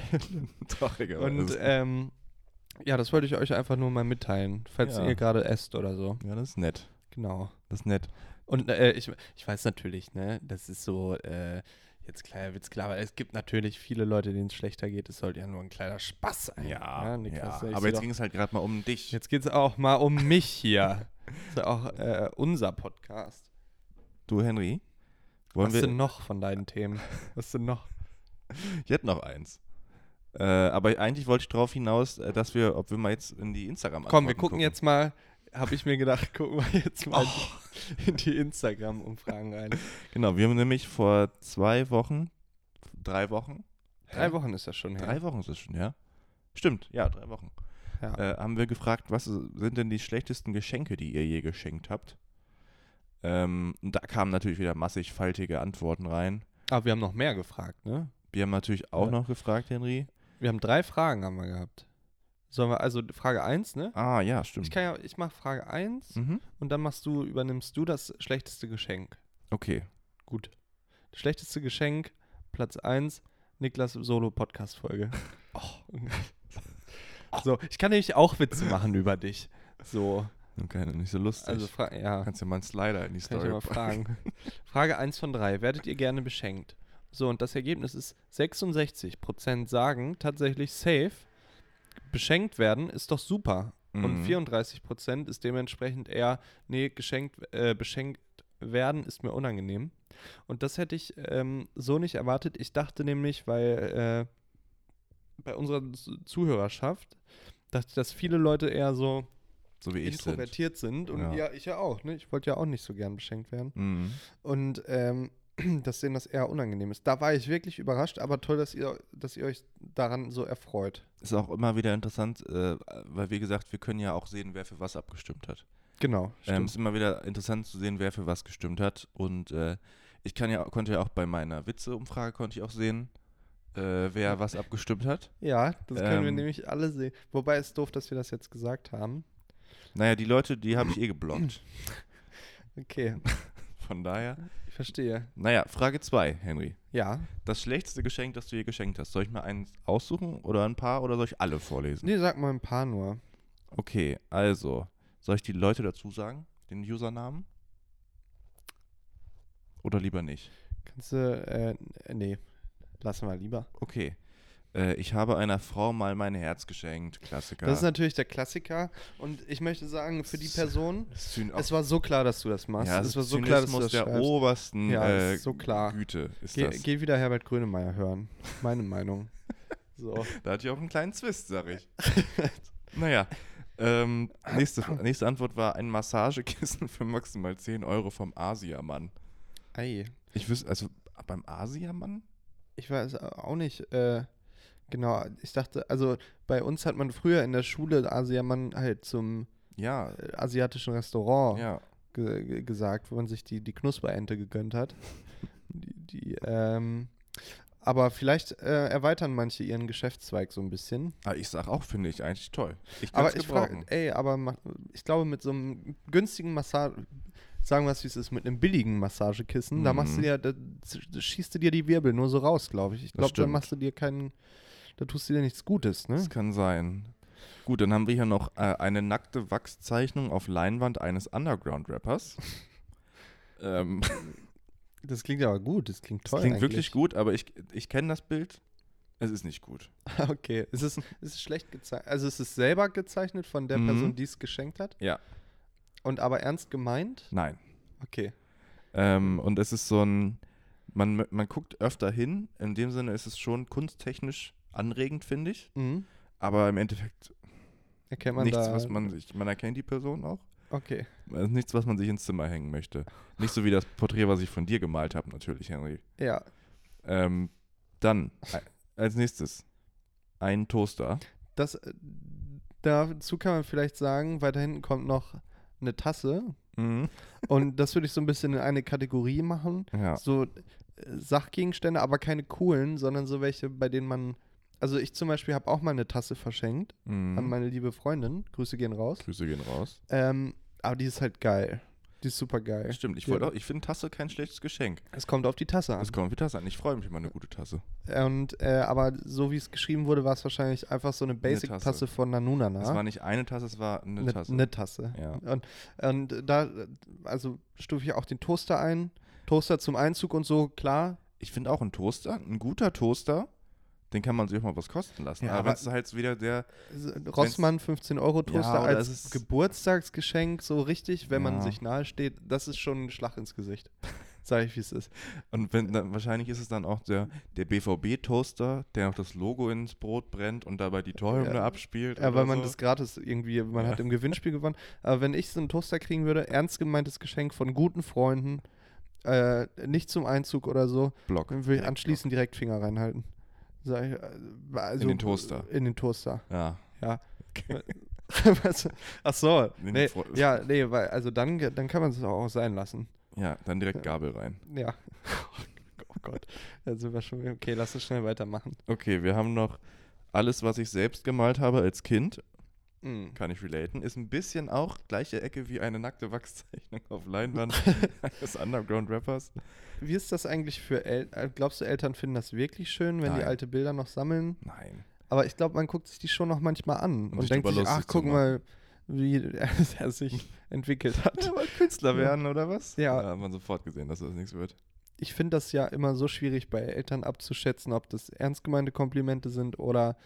Traurigerweise.
Und ähm, ja, das wollte ich euch einfach nur mal mitteilen, falls
Ja.
ihr gerade esst oder so.
ja, das ist nett.
Genau.
Das ist nett.
Und äh, ich, ich weiß natürlich, ne, das ist so, äh, jetzt kleiner Witz, klar, aber es gibt natürlich viele Leute, denen es schlechter geht. Es sollte ja nur ein kleiner Spaß sein.
Ja,
Niklas,
ja.
ich
aber
seh
jetzt
doch-
ging es halt gerade mal um dich.
jetzt geht es auch mal um
[laughs]
mich hier. ist ja auch äh, unser Podcast.
Du, Henry, wollen
Was
wir.
denn noch von deinen Themen? Was denn noch?
Ich hätte noch eins. Äh, aber eigentlich wollte ich darauf hinaus, äh, dass wir, ob wir mal jetzt in die instagram
Komm, wir gucken jetzt mal, habe ich mir gedacht, gucken wir jetzt mal
Oh. [laughs]
in die Instagram-Umfragen rein.
Genau, wir haben nämlich vor zwei Wochen, drei Wochen.
Drei Wochen ist das schon her.
Drei Wochen ist es schon, ja? Stimmt, ja, drei Wochen.
Ja.
Äh, haben wir gefragt, was sind denn die schlechtesten Geschenke, die ihr je geschenkt habt? Ähm, und da kamen natürlich wieder massig faltige Antworten rein.
Aber Ah, wir haben noch mehr gefragt, ne?
Wir haben natürlich auch
Ja.
noch gefragt, Henry.
Wir haben drei Fragen haben wir gehabt. Sollen wir, also Frage 1, ne?
Ah, ja,
Ich
stimmt.
kann ja, ich mache Frage 1
Mhm.
und dann machst du, übernimmst du das schlechteste Geschenk.
Okay.
Gut. Das schlechteste Geschenk, Platz 1, Niklas Solo Podcast Folge. So, ich kann nämlich auch Witze machen über dich. So,
Okay, nicht so lustig.
also fra ja,
kannst ja mal einen Slider in die
kann ich
Story
ja mal
packen. [laughs]
fragen. [laughs] Frage 1 von 3, werdet ihr gerne beschenkt? So, und das Ergebnis ist 66% sagen tatsächlich safe. Beschenkt werden ist doch super. Und
Mhm.
34% ist dementsprechend eher, nee, geschenkt, äh, beschenkt werden ist mir unangenehm. Und das hätte ich ähm, so nicht erwartet. Ich dachte nämlich, weil äh, bei unserer Z- Zuhörerschaft, dass, dass viele Leute eher so
So wie ich sind.
introvertiert sind. Und
Ja.
ja. ich ja auch. Ne? Ich wollte ja auch nicht so gern beschenkt werden.
Mhm.
Und ähm, [clears throat] dass denen das eher unangenehm ist. Da war ich wirklich überrascht, aber toll, dass ihr, dass ihr euch daran so erfreut.
Ist auch immer wieder interessant, äh, weil wie gesagt, wir können ja auch sehen, wer für was abgestimmt hat.
Genau.
Ähm, ist immer wieder interessant zu sehen, wer für was gestimmt hat. Und äh, ich kann ja, konnte ja auch bei meiner Witze-Umfrage konnte ich auch sehen, äh, wer was abgestimmt hat.
Ja, das können wir
Ähm.
nämlich alle sehen. Wobei es doof, dass wir das jetzt gesagt haben.
Naja, die Leute, die habe ich eh
[clears throat]
geblockt. [laughs]
Okay,
Von daher.
ich verstehe.
Naja, Frage 2, Henry.
Ja.
Das schlechteste Geschenk, das du je geschenkt hast. Soll ich mir eins aussuchen oder ein paar oder soll ich alle vorlesen?
Nee, sag mal ein paar nur.
Okay, also, soll ich die Leute dazu sagen, den Usernamen? Oder lieber nicht?
Kannst du, äh, nee, lassen wir lieber.
Okay. Äh, ich habe einer Frau mal mein Herz geschenkt. Klassiker.
Das ist natürlich der Klassiker. Und ich möchte sagen, für die Person,
Zyn
es war so klar, dass du das machst.
ja,
es
ist
war so klar, dass du
Zynismus
das
der
schreibst.
obersten
Ja,
äh,
ist so klar.
Güte ist
Geh,
das.
geh wieder Herbert Grönemeyer hören.
[laughs]
Meine Meinung. So.
Da hatte ich auch einen kleinen Zwist, sag
[laughs]
ich. naja. Ähm, nächste, nächste Antwort war ein Massagekissen für maximal 10 Euro vom Asiamann.
Ei.
Ich wüsste, also beim Asiamann?
Ich weiß auch nicht. Äh, genau, ich dachte, also bei uns hat man früher in der Schule Asiamann halt zum
Ja,
äh, asiatischen Restaurant
ja.
ge ge gesagt, wo man sich die, die Knusperente gegönnt hat. die, die, ähm, aber vielleicht äh, erweitern manche ihren Geschäftszweig so ein bisschen.
Ah, ich sag auch, finde ich eigentlich toll. Ich kann's
Aber ich frage,
gebrauchen.
ey, aber ma- ich glaube, mit so einem günstigen Massage, sagen wir es wie es ist, mit einem billigen Massagekissen, da machst du
Mhm.
dir, da z- schießt du dir die Wirbel nur so raus, glaube ich. Ich glaube, da
stimmt.
machst du dir keinen, da tust du dir nichts Gutes, ne?
Das kann sein. Gut, dann haben wir hier noch äh, eine nackte Wachszeichnung auf Leinwand eines
[laughs]
Underground-Rappers. ähm,
Das klingt aber gut, das klingt
das [laughs]
toll.
klingt wirklich gut, aber ich, ich kenne das Bild. Es ist nicht gut.
gut. [laughs] okay, es ist, es ist schlecht gezeichnet. Also es ist selber gezeichnet von der
Mhm.
Person, die es geschenkt hat.
Ja.
Und aber ernst gemeint?
Nein.
Okay.
Ähm, und es ist so ein, man, mö- man guckt öfter hin. In dem Sinne ist es schon kunsttechnisch anregend, finde ich.
Mhm.
Aber im Endeffekt
Erkennt man
nichts,
da.
was man sich, man erkennt die Person auch.
okay.
Es ist Also nichts, was man sich ins Zimmer hängen möchte. Nicht so wie das Porträt, was ich von dir gemalt habe, natürlich, Henry.
Ja.
Ähm, dann, äh, als nächstes, ein Toaster.
Das, äh, dazu kann man vielleicht sagen, weiter hinten kommt noch eine Tasse, Mhm.
[laughs]
Und das würde ich so ein bisschen in eine Kategorie machen.
Ja.
So äh, Sachgegenstände, aber keine coolen, sondern so welche, bei denen man. Also ich zum Beispiel habe auch mal eine Tasse verschenkt
Mhm.
an meine liebe Freundin. Grüße gehen raus.
Grüße gehen raus.
Ähm, aber die ist halt geil. Die ist super geil.
Stimmt, ich,
Ja. Ah.
wollte auch- ich finde Tasse kein schlechtes Geschenk.
Es kommt auf die Tasse an.
Es kommt wie Tasse an. Ich freue mich über eine gute Tasse.
Und, äh, aber so wie es geschrieben wurde, war es wahrscheinlich einfach so eine
Tasse.
Basic-Tasse von Nanunana.
Es war nicht eine Tasse, es war eine
Eine
Tasse.
Eine Tasse.
Ja.
Und, und da, also stufe ich auch den Toaster ein. Toaster zum Einzug und so, klar,
Ich finde auch ein Toaster, ein guter Toaster, den kann man sich auch mal was kosten lassen.
Ja,
aber
aber-
wenn es halt wieder der,
Rossmann 15 Euro Toaster
Ja, oder
als
es ist-
Geburtstagsgeschenk, so richtig, wenn
Ja.
man sich nahe steht, das ist schon ein Schlag ins Gesicht. Sag ich, wie es ist.
und wenn, dann, wahrscheinlich ist es dann auch der, der BVB-Toaster, der noch das Logo ins Brot brennt und dabei die Torhymne
Ja.
abspielt.
Ja,
oder
weil man
so.
das gratis irgendwie, man hat im Gewinnspiel gewonnen. Aber wenn ich so einen Toaster kriegen würde, ernst gemeintes Geschenk von guten Freunden, äh, nicht zum Einzug oder so,
Block.
dann würde ich
Direkt
anschließend direkt Finger reinhalten. Sag ich, äh, also,
In den Toaster.
In den Toaster,
Block. Ja.
ja. [laughs] Was? Ach so,
Nee,
nee,
Fro-
ja, nee, weil, also dann, ge- dann kann man es auch sein lassen.
ja, dann direkt Gabel rein.
Ja. [laughs] Oh Gott, da sind wir schon, okay, lass uns schnell weitermachen.
Okay, wir haben noch alles, was ich selbst gemalt habe als Kind,
Mhm.
kann ich relaten, ist ein bisschen auch gleiche Ecke wie eine nackte Wachszeichnung auf [laughs] Leinwand eines Underground-Rappers.
Wie ist das eigentlich für Eltern? Glaubst du, Eltern finden das wirklich schön, wenn die
Nein.
alte Bilder noch sammeln?
Nein.
Aber ich glaube, man guckt sich die schon noch manchmal an und,
sich
denkt
drüber
sich, ach,
lustig zu
guck mal, wie [laughs] er sich entwickelt hat.
Ja, wollte Künstler werden, oder was?
Ja.
Da hat man sofort gesehen, dass das nichts wird.
Ich finde das ja immer so schwierig bei Eltern abzuschätzen, ob das ernst gemeinte Komplimente sind oder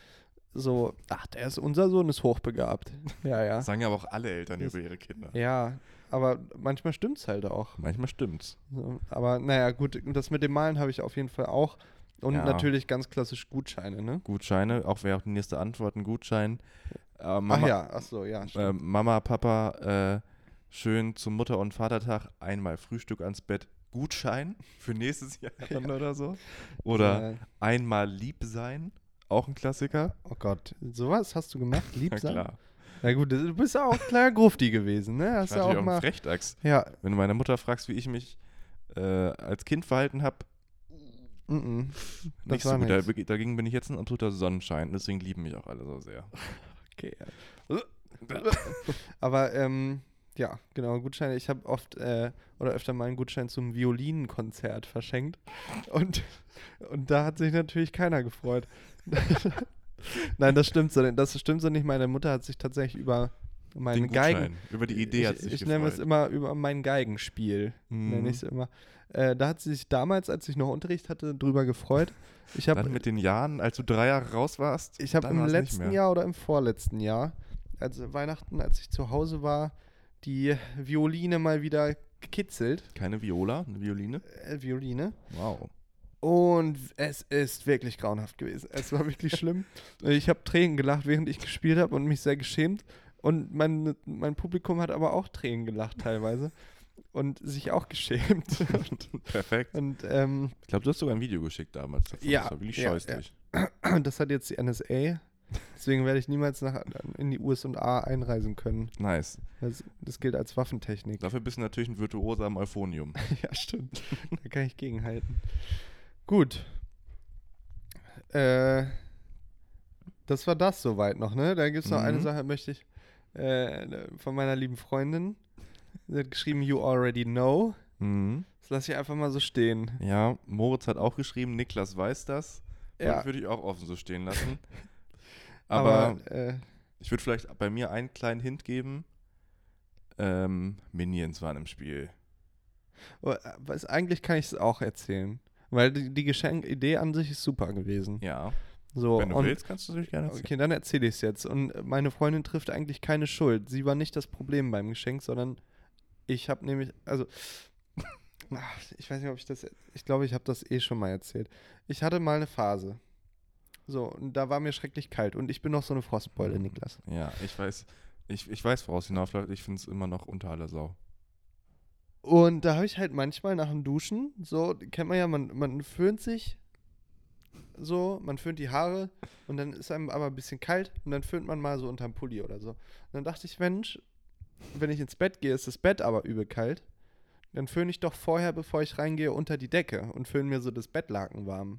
so, ach, der ist unser Sohn
[laughs]
ist hochbegabt. Ja, ja.
Das sagen ja aber auch alle Eltern
Das-
über ihre Kinder.
Ja, aber manchmal stimmt's halt auch.
Manchmal stimmt's.
So, Aber naja, gut, das mit dem Malen habe ich auf jeden Fall auch. Und
Ja.
natürlich ganz klassisch Gutscheine, ne?
Gutscheine, auch wäre auch die nächste Antwort ein Gutschein. Äh, Mama,
Ach ja, ach so, ja. stimmt.
äh, Mama, Papa, äh, schön zum Mutter- und Vatertag einmal Frühstück ans Bett. Gutschein für nächstes
[laughs]
Jahr dann oder so. Oder
Äh,
einmal lieb sein, auch ein Klassiker.
oh Gott, sowas hast
[laughs]
du gemacht, lieb
Na
sein?
klar.
Na gut, das- du bist ja auch klar Grufti gewesen, ne?
Ich
Hast
war natürlich
ja auch
auch ein
mal.
Frechdachs.
Ja,
Wenn du meine Mutter fragst, wie ich mich äh, als Kind verhalten habe,
mm Das
nicht so
war
gut. Da,
nix.
dagegen bin ich jetzt ein absoluter Sonnenschein. Deswegen lieben mich auch alle so sehr.
Okay. ja. [laughs] Aber ähm, ja, genau, Gutscheine. Ich habe oft äh, oder öfter mal einen Gutschein zum Violinenkonzert verschenkt. Und, und da hat sich natürlich keiner gefreut. [laughs] Nein, das stimmt so. nicht- Das stimmt so nicht. Meine Mutter hat sich tatsächlich über meinen
Den
Geigen.
Gutschein. Über die Idee hat
ich
sich
ich
gefreut. Hm. Mhm.
nenne es immer über mein Geigenspiel. Nenne ich es immer. Äh, da hat sie sich damals, als ich noch Unterricht hatte, drüber gefreut. Ich habe
Dann mit den Jahren, als du drei Jahre raus warst.
ich habe
dann
im
war's nicht mehr.
letzten Jahr oder im vorletzten Jahr, also Weihnachten, als ich zu Hause war, die Violine mal wieder gekitzelt.
Keine Viola, eine Violine.
Äh, Violine. [laughs]
Wow.
Und es ist wirklich grauenhaft gewesen. Es
[laughs]
war wirklich schlimm. Ich habe Tränen gelacht, während ich gespielt habe und mich sehr geschämt. Und mein, mein Publikum hat aber auch Tränen gelacht teilweise. Und sich auch geschämt. Und,
Perfekt.
[laughs] und ähm, [clears throat]
Ich glaube, du hast sogar ein Video geschickt damals. davon.
Ja,
Das war wirklich
ja,
scheußlich.
das hat jetzt die NSA. Deswegen werde ich niemals nach, in die USA einreisen können.
Nice.
Das, das gilt
[laughs]
als Waffentechnik.
Dafür bist du natürlich ein Virtuose am
[laughs]
Euphonium.
ja, stimmt. da kann ich gegenhalten. Gut. Äh, das war das soweit noch, ne? Da gibt es noch eine
Mhm.
Sache, möchte ich äh, von meiner lieben Freundin. Sie hat geschrieben, you already know.
Mhm.
Das lasse ich einfach mal so stehen.
Ja, Moritz hat auch geschrieben, Niklas weiß das.
Ja,
Würde ich auch offen so stehen
[laughs]
lassen.
aber,
Aber,
äh,
ich würde vielleicht bei mir einen kleinen Hint geben. Ähm, Minions waren im Spiel.
was, eigentlich kann ich oh, es auch erzählen. Weil die, die Geschenkidee an sich ist super gewesen.
Ja.
So,
Wenn du
Oh, und
willst, kannst du natürlich gerne erzählen.
Okay, dann erzähle ich es jetzt. Und äh, meine Freundin trifft eigentlich keine Schuld. Sie war nicht das Problem beim Geschenk, sondern ich habe nämlich, also, [laughs] ach, ich weiß nicht, ob ich das, ich glaube, ich habe das eh schon mal erzählt. Ich hatte mal eine Phase. So, und da war mir schrecklich kalt. Und ich bin noch so eine
Mhm.
Frostbeule, Niklas.
Ja, ich weiß, ich, ich weiß, woraus hinausläuft. Ich finde es immer noch unter aller Sau.
Und da habe ich halt manchmal nach dem Duschen, so, kennt man ja, man, man föhnt sich so, man föhnt die Haare und dann ist einem aber ein bisschen kalt und dann föhnt man mal so unterm Pulli oder so. Und dann dachte ich, Mensch, wenn ich ins Bett gehe, ist das Bett aber übel kalt. Dann föhne ich doch vorher, bevor ich reingehe, unter die Decke und föhne mir so das Bettlaken warm.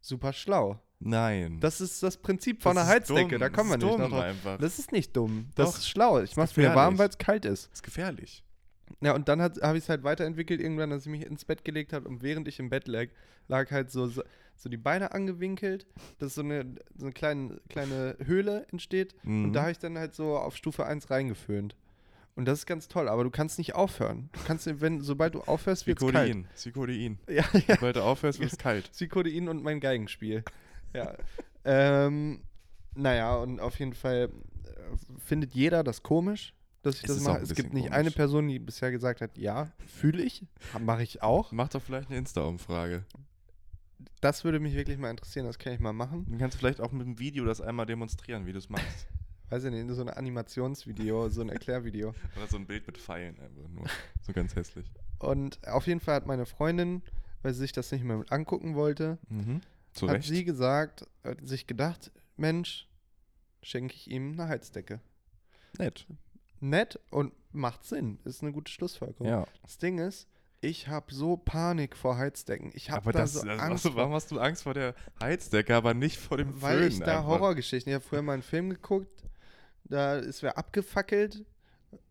Super schlau.
Nein.
Das ist das Prinzip von
Das
einer
ist
Heizdecke,
dumm.
da kommen wir
Das ist
nicht noch
dumm
drauf.
einfach. Das
Das ist nicht dumm. Das
Doch.
ist schlau. Ich mach's mir
gefährlich.
warm, weil es kalt ist.
ist gefährlich.
Ja, und dann habe ich es halt weiterentwickelt, irgendwann, dass ich mich ins Bett gelegt habe und während ich im Bett lag, lag halt so, so so die Beine angewinkelt, dass so eine, so eine kleine, kleine Höhle entsteht. Und
Mhm.
da habe ich dann halt so auf Stufe 1 reingeföhnt. Und das ist ganz toll, aber du kannst nicht aufhören. Du kannst, wenn, sobald du aufhörst, wird es kalt.
Sikodein. Sikodein.
Ja, [laughs] ja.
Sobald du aufhörst,
[laughs]
wird es kalt.
Sikodein und mein Geigenspiel.
[laughs]
Ja. ähm, naja, und auf jeden Fall äh, findet jeder das komisch, dass ich
Es
das
ist auch
mache.
ein
Es
bisschen
gibt nicht
komisch.
eine Person, die bisher gesagt hat, ja, fühle ich, mache ich auch.
Mach doch vielleicht eine Insta-Umfrage.
Das würde mich wirklich mal interessieren, das kann ich mal machen. [laughs]
Dann kannst du vielleicht auch mit dem Video das einmal demonstrieren, wie du es machst.
weiß ich nicht, so ein Animationsvideo, so ein Erklärvideo.
Oder so ein Bild mit Pfeilen einfach nur. So ganz hässlich.
Und auf jeden Fall hat meine Freundin, weil sie sich das nicht mehr mit angucken wollte,
Mhm. Zu
hat
Recht.
sie gesagt, hat sich gedacht, Mensch, schenke ich ihm eine Heizdecke.
Nett.
Nett und macht Sinn. Ist eine gute Schlussfolgerung.
Ja.
Das Ding ist, ich habe so Panik vor Heizdecken. Ich habe
Aber
da
das,
so
das
Angst.
warum hast du Angst vor der Heizdecke, aber nicht vor dem
Weil
Föhn
ich da
einfach?
Horrorgeschichten, ich habe früher mal einen Film geguckt, da ist wer abgefackelt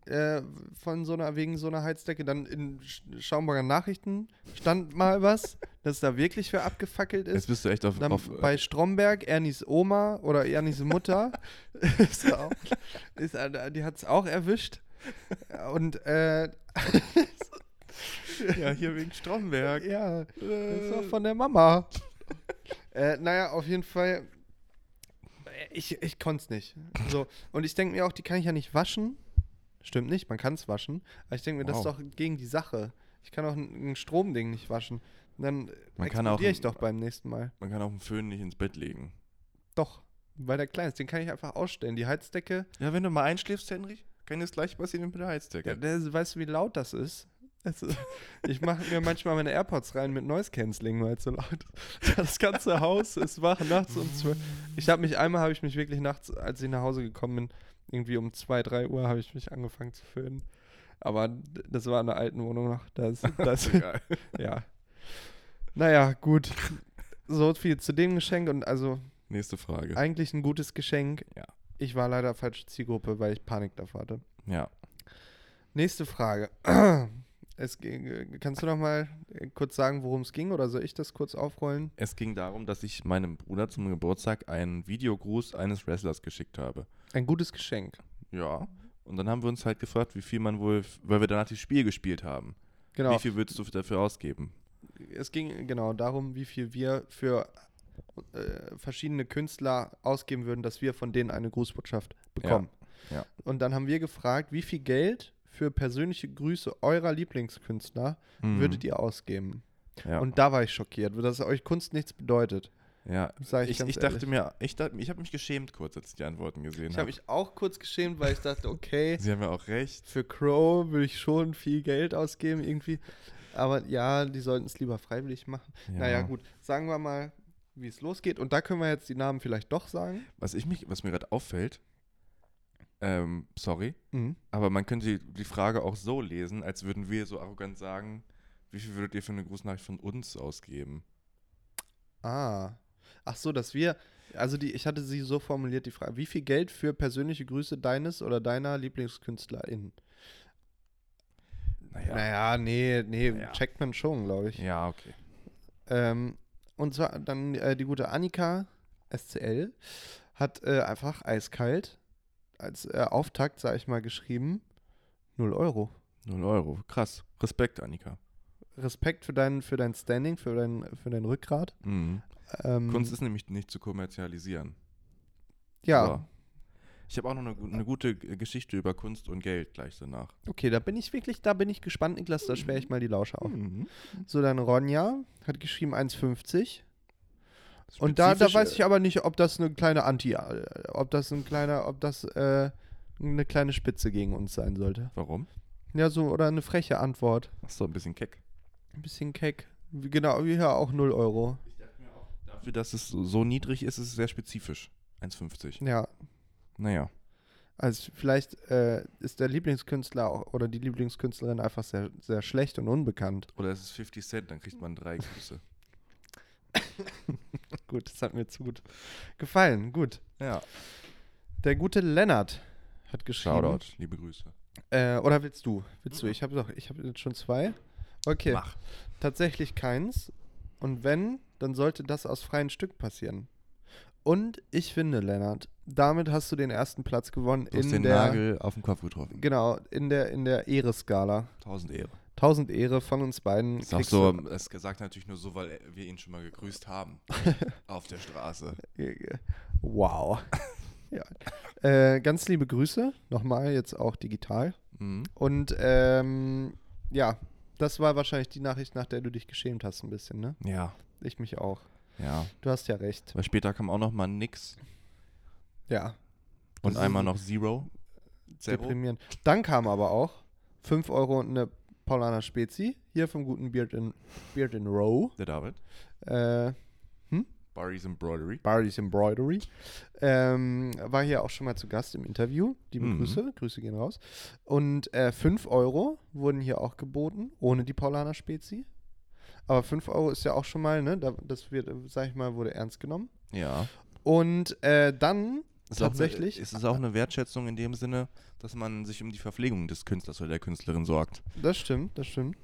äh, von so einer, wegen so einer Heizdecke. Dann in Sch Schaumburger Nachrichten stand mal was, dass da wirklich wer abgefackelt
Jetzt
ist.
bist du echt auf,
Dann
auf äh,
bei Stromberg, Ernies Oma oder Ernies Mutter, [laughs] ist auch, ist, äh, die hat es auch erwischt. Und äh,
[laughs] ja, hier wegen Stromberg.
[laughs] ja, das war von der Mama. äh, naja, auf jeden Fall. äh, Ich, ich konnte es nicht. So, und ich denke mir auch, die kann ich ja nicht waschen. Stimmt nicht, man kann es waschen. Aber ich denke mir, das
Wow.
ist doch gegen die Sache. Ich kann auch ein, ein Stromding nicht waschen. Und dann
Man kann auch
explodiere ich
ein-
doch beim nächsten Mal.
Man kann auch einen Föhn nicht ins Bett legen.
Doch, weil der klein ist. Den kann ich einfach ausstellen. Die Heizdecke,
Ja, wenn du mal einschläfst, Henrich, kann das gleich passieren mit der
ja.
[laughs] Heizdecke.
der, weißt du, wie laut das ist? Das [laughs] ist ich mache mir manchmal meine AirPods rein mit Noise Cancelling, weil es so laut ist. Das ganze Haus ist wach nachts um 12. Ich habe mich einmal, habe ich mich wirklich nachts, als ich nach Hause gekommen bin, irgendwie um 2, 3 Uhr, habe ich mich angefangen zu föhnen. Aber d- das war in der alten Wohnung noch. Das, das,
Egal.
[laughs] ja. Naja, gut. So viel zu dem Geschenk und also
Nächste Frage.
eigentlich ein gutes Geschenk.
Ja.
Ich war leider falsche Zielgruppe, weil ich Panik davor hatte.
Ja.
Nächste Frage. [clears throat] Es ging, kannst du noch mal äh, kurz sagen, worum es ging, oder soll ich das kurz aufrollen?
Es ging darum, dass ich meinem Bruder zum Geburtstag einen Videogruß eines Wrestlers geschickt habe.
Ein gutes Geschenk.
Ja. Und dann haben wir uns halt gefragt, wie viel man wohl, weil wir danach das Spiel gespielt haben.
Genau.
Wie viel würdest du dafür ausgeben?
Es ging genau darum, wie viel wir für äh, verschiedene Künstler ausgeben würden, dass wir von denen eine Grußbotschaft bekommen.
Ja.
Und dann haben wir gefragt, wie viel Geld für persönliche Grüße eurer Lieblingskünstler
Hm.
würdet ihr ausgeben?
Mhm. Ja.
Und da war ich schockiert, dass euch Kunst nichts bedeutet.
ja.
Sag ich
Ich,
ganz
ich dachte
ehrlich.
mir, ich, dachte- ich habe mich geschämt kurz, als ich die Antworten gesehen
Ich habe
habe.
mich auch kurz geschämt, weil ich
[laughs]
dachte, okay,
Sie haben ja auch recht.
für Crow würde ich schon viel Geld ausgeben irgendwie. Aber ja, die sollten es lieber freiwillig machen.
Ja.
Naja, gut, sagen wir mal, wie es losgeht. Und da können wir jetzt die Namen vielleicht doch sagen.
Was, ich mich, was mir gerade auffällt, ähm, sorry, aber man könnte die Frage auch so lesen, als würden wir so arrogant sagen, wie viel würdet ihr für eine Grußnachricht von uns ausgeben?
Ah. Ach so, dass wir. Also die, ich hatte sie so formuliert, die Frage, wie viel Geld für persönliche Grüße deines oder deiner LieblingskünstlerInnen?
Naja.
Naja, nee, nee,
Naja.
checkt man schon, glaube ich.
Ja, okay.
Ähm, und zwar dann äh, die gute Annika SCL hat äh, einfach eiskalt als äh, Auftakt, sage ich mal, geschrieben, 0 Euro.
Null Euro. Krass. Respekt, Annika.
Respekt für dein, für dein Standing, für dein, für dein Rückgrat.
Mhm.
Ähm,
Kunst ist nämlich nicht zu kommerzialisieren.
ja,
So. Ich habe auch noch eine, gu- eine gute G- Geschichte über Kunst und Geld gleich danach.
okay, da bin ich wirklich, da bin ich gespannt, Niklas, da sperre ich mal die Lausche
Hm.
auf. So, dann Ronja hat geschrieben 1,50. Und da, da
Spezifische-
weiß ich aber nicht, ob das eine kleine Anti, äh, ob das ein kleiner, ob das äh, eine kleine Spitze gegen uns sein sollte.
Warum?
Ja, so, oder eine freche Antwort.
Achso, ein bisschen keck.
Ein bisschen keck. Wie- Genau, wie hier auch 0 Euro.
Dafür, dass es so- so niedrig ist, ist es sehr spezifisch. 1,50.
Ja,
Naja.
also vielleicht äh, ist der Lieblingskünstler auch, oder die Lieblingskünstlerin einfach sehr, sehr schlecht und unbekannt.
Oder es ist 50 Cent, dann kriegt man drei Grüße.
Gut, das hat mir zu gut gefallen. Gut.
ja.
Der gute Lennart hat geschrieben.
Shoutout, liebe Grüße.
Äh, oder willst du? Willst du? Ich habe doch, ich habe jetzt schon zwei. Okay.
Mach.
Tatsächlich keins. Und wenn, dann sollte das aus freien Stück passieren. Und ich finde, Lennart, damit hast du den ersten Platz gewonnen
Du
in
hast den
der
Nagel auf den Kopf getroffen.
Genau, in der, in der Ehre-Skala.
1000 Ehre.
1000 Ehre von uns beiden.
Ist auch
kriegst
so,
du-
es gesagt natürlich nur so, weil wir ihn schon mal gegrüßt [laughs] haben. auf der Straße.
Äh, Wow. [laughs] ja. äh, ganz liebe Grüße, nochmal jetzt auch digital.
Mhm.
Und ähm, ja, das war wahrscheinlich die Nachricht, nach der du dich geschämt hast ein bisschen, ne?
Ja,
Ich mich auch.
ja.
Du hast ja recht.
Weil später kam auch noch mal nix.
Ja.
Und einmal noch Zero.
Deprimieren. Dann kam aber auch 5 Euro und eine Paulaner Spezi, hier vom guten Beard in, Beard in Row,
Der David.
äh,
Barry's Embroidery.
Barry's Embroidery. Ähm, war hier auch schon mal zu Gast im Interview. Liebe
Mhm.
Grüße, Grüße gehen raus. Und 5 Euro wurden hier auch geboten, ohne die Paulaner Spezi. Aber 5 Euro ist ja auch schon mal, ne, da- das wird, äh, sag ich mal, wurde ernst genommen.
Ja.
Und äh, dann
Ist auch
tatsächlich,
Eine, es ist auch eine Wertschätzung in dem Sinne, dass man sich um die Verpflegung des Künstlers oder der Künstlerin sorgt.
das stimmt, das stimmt,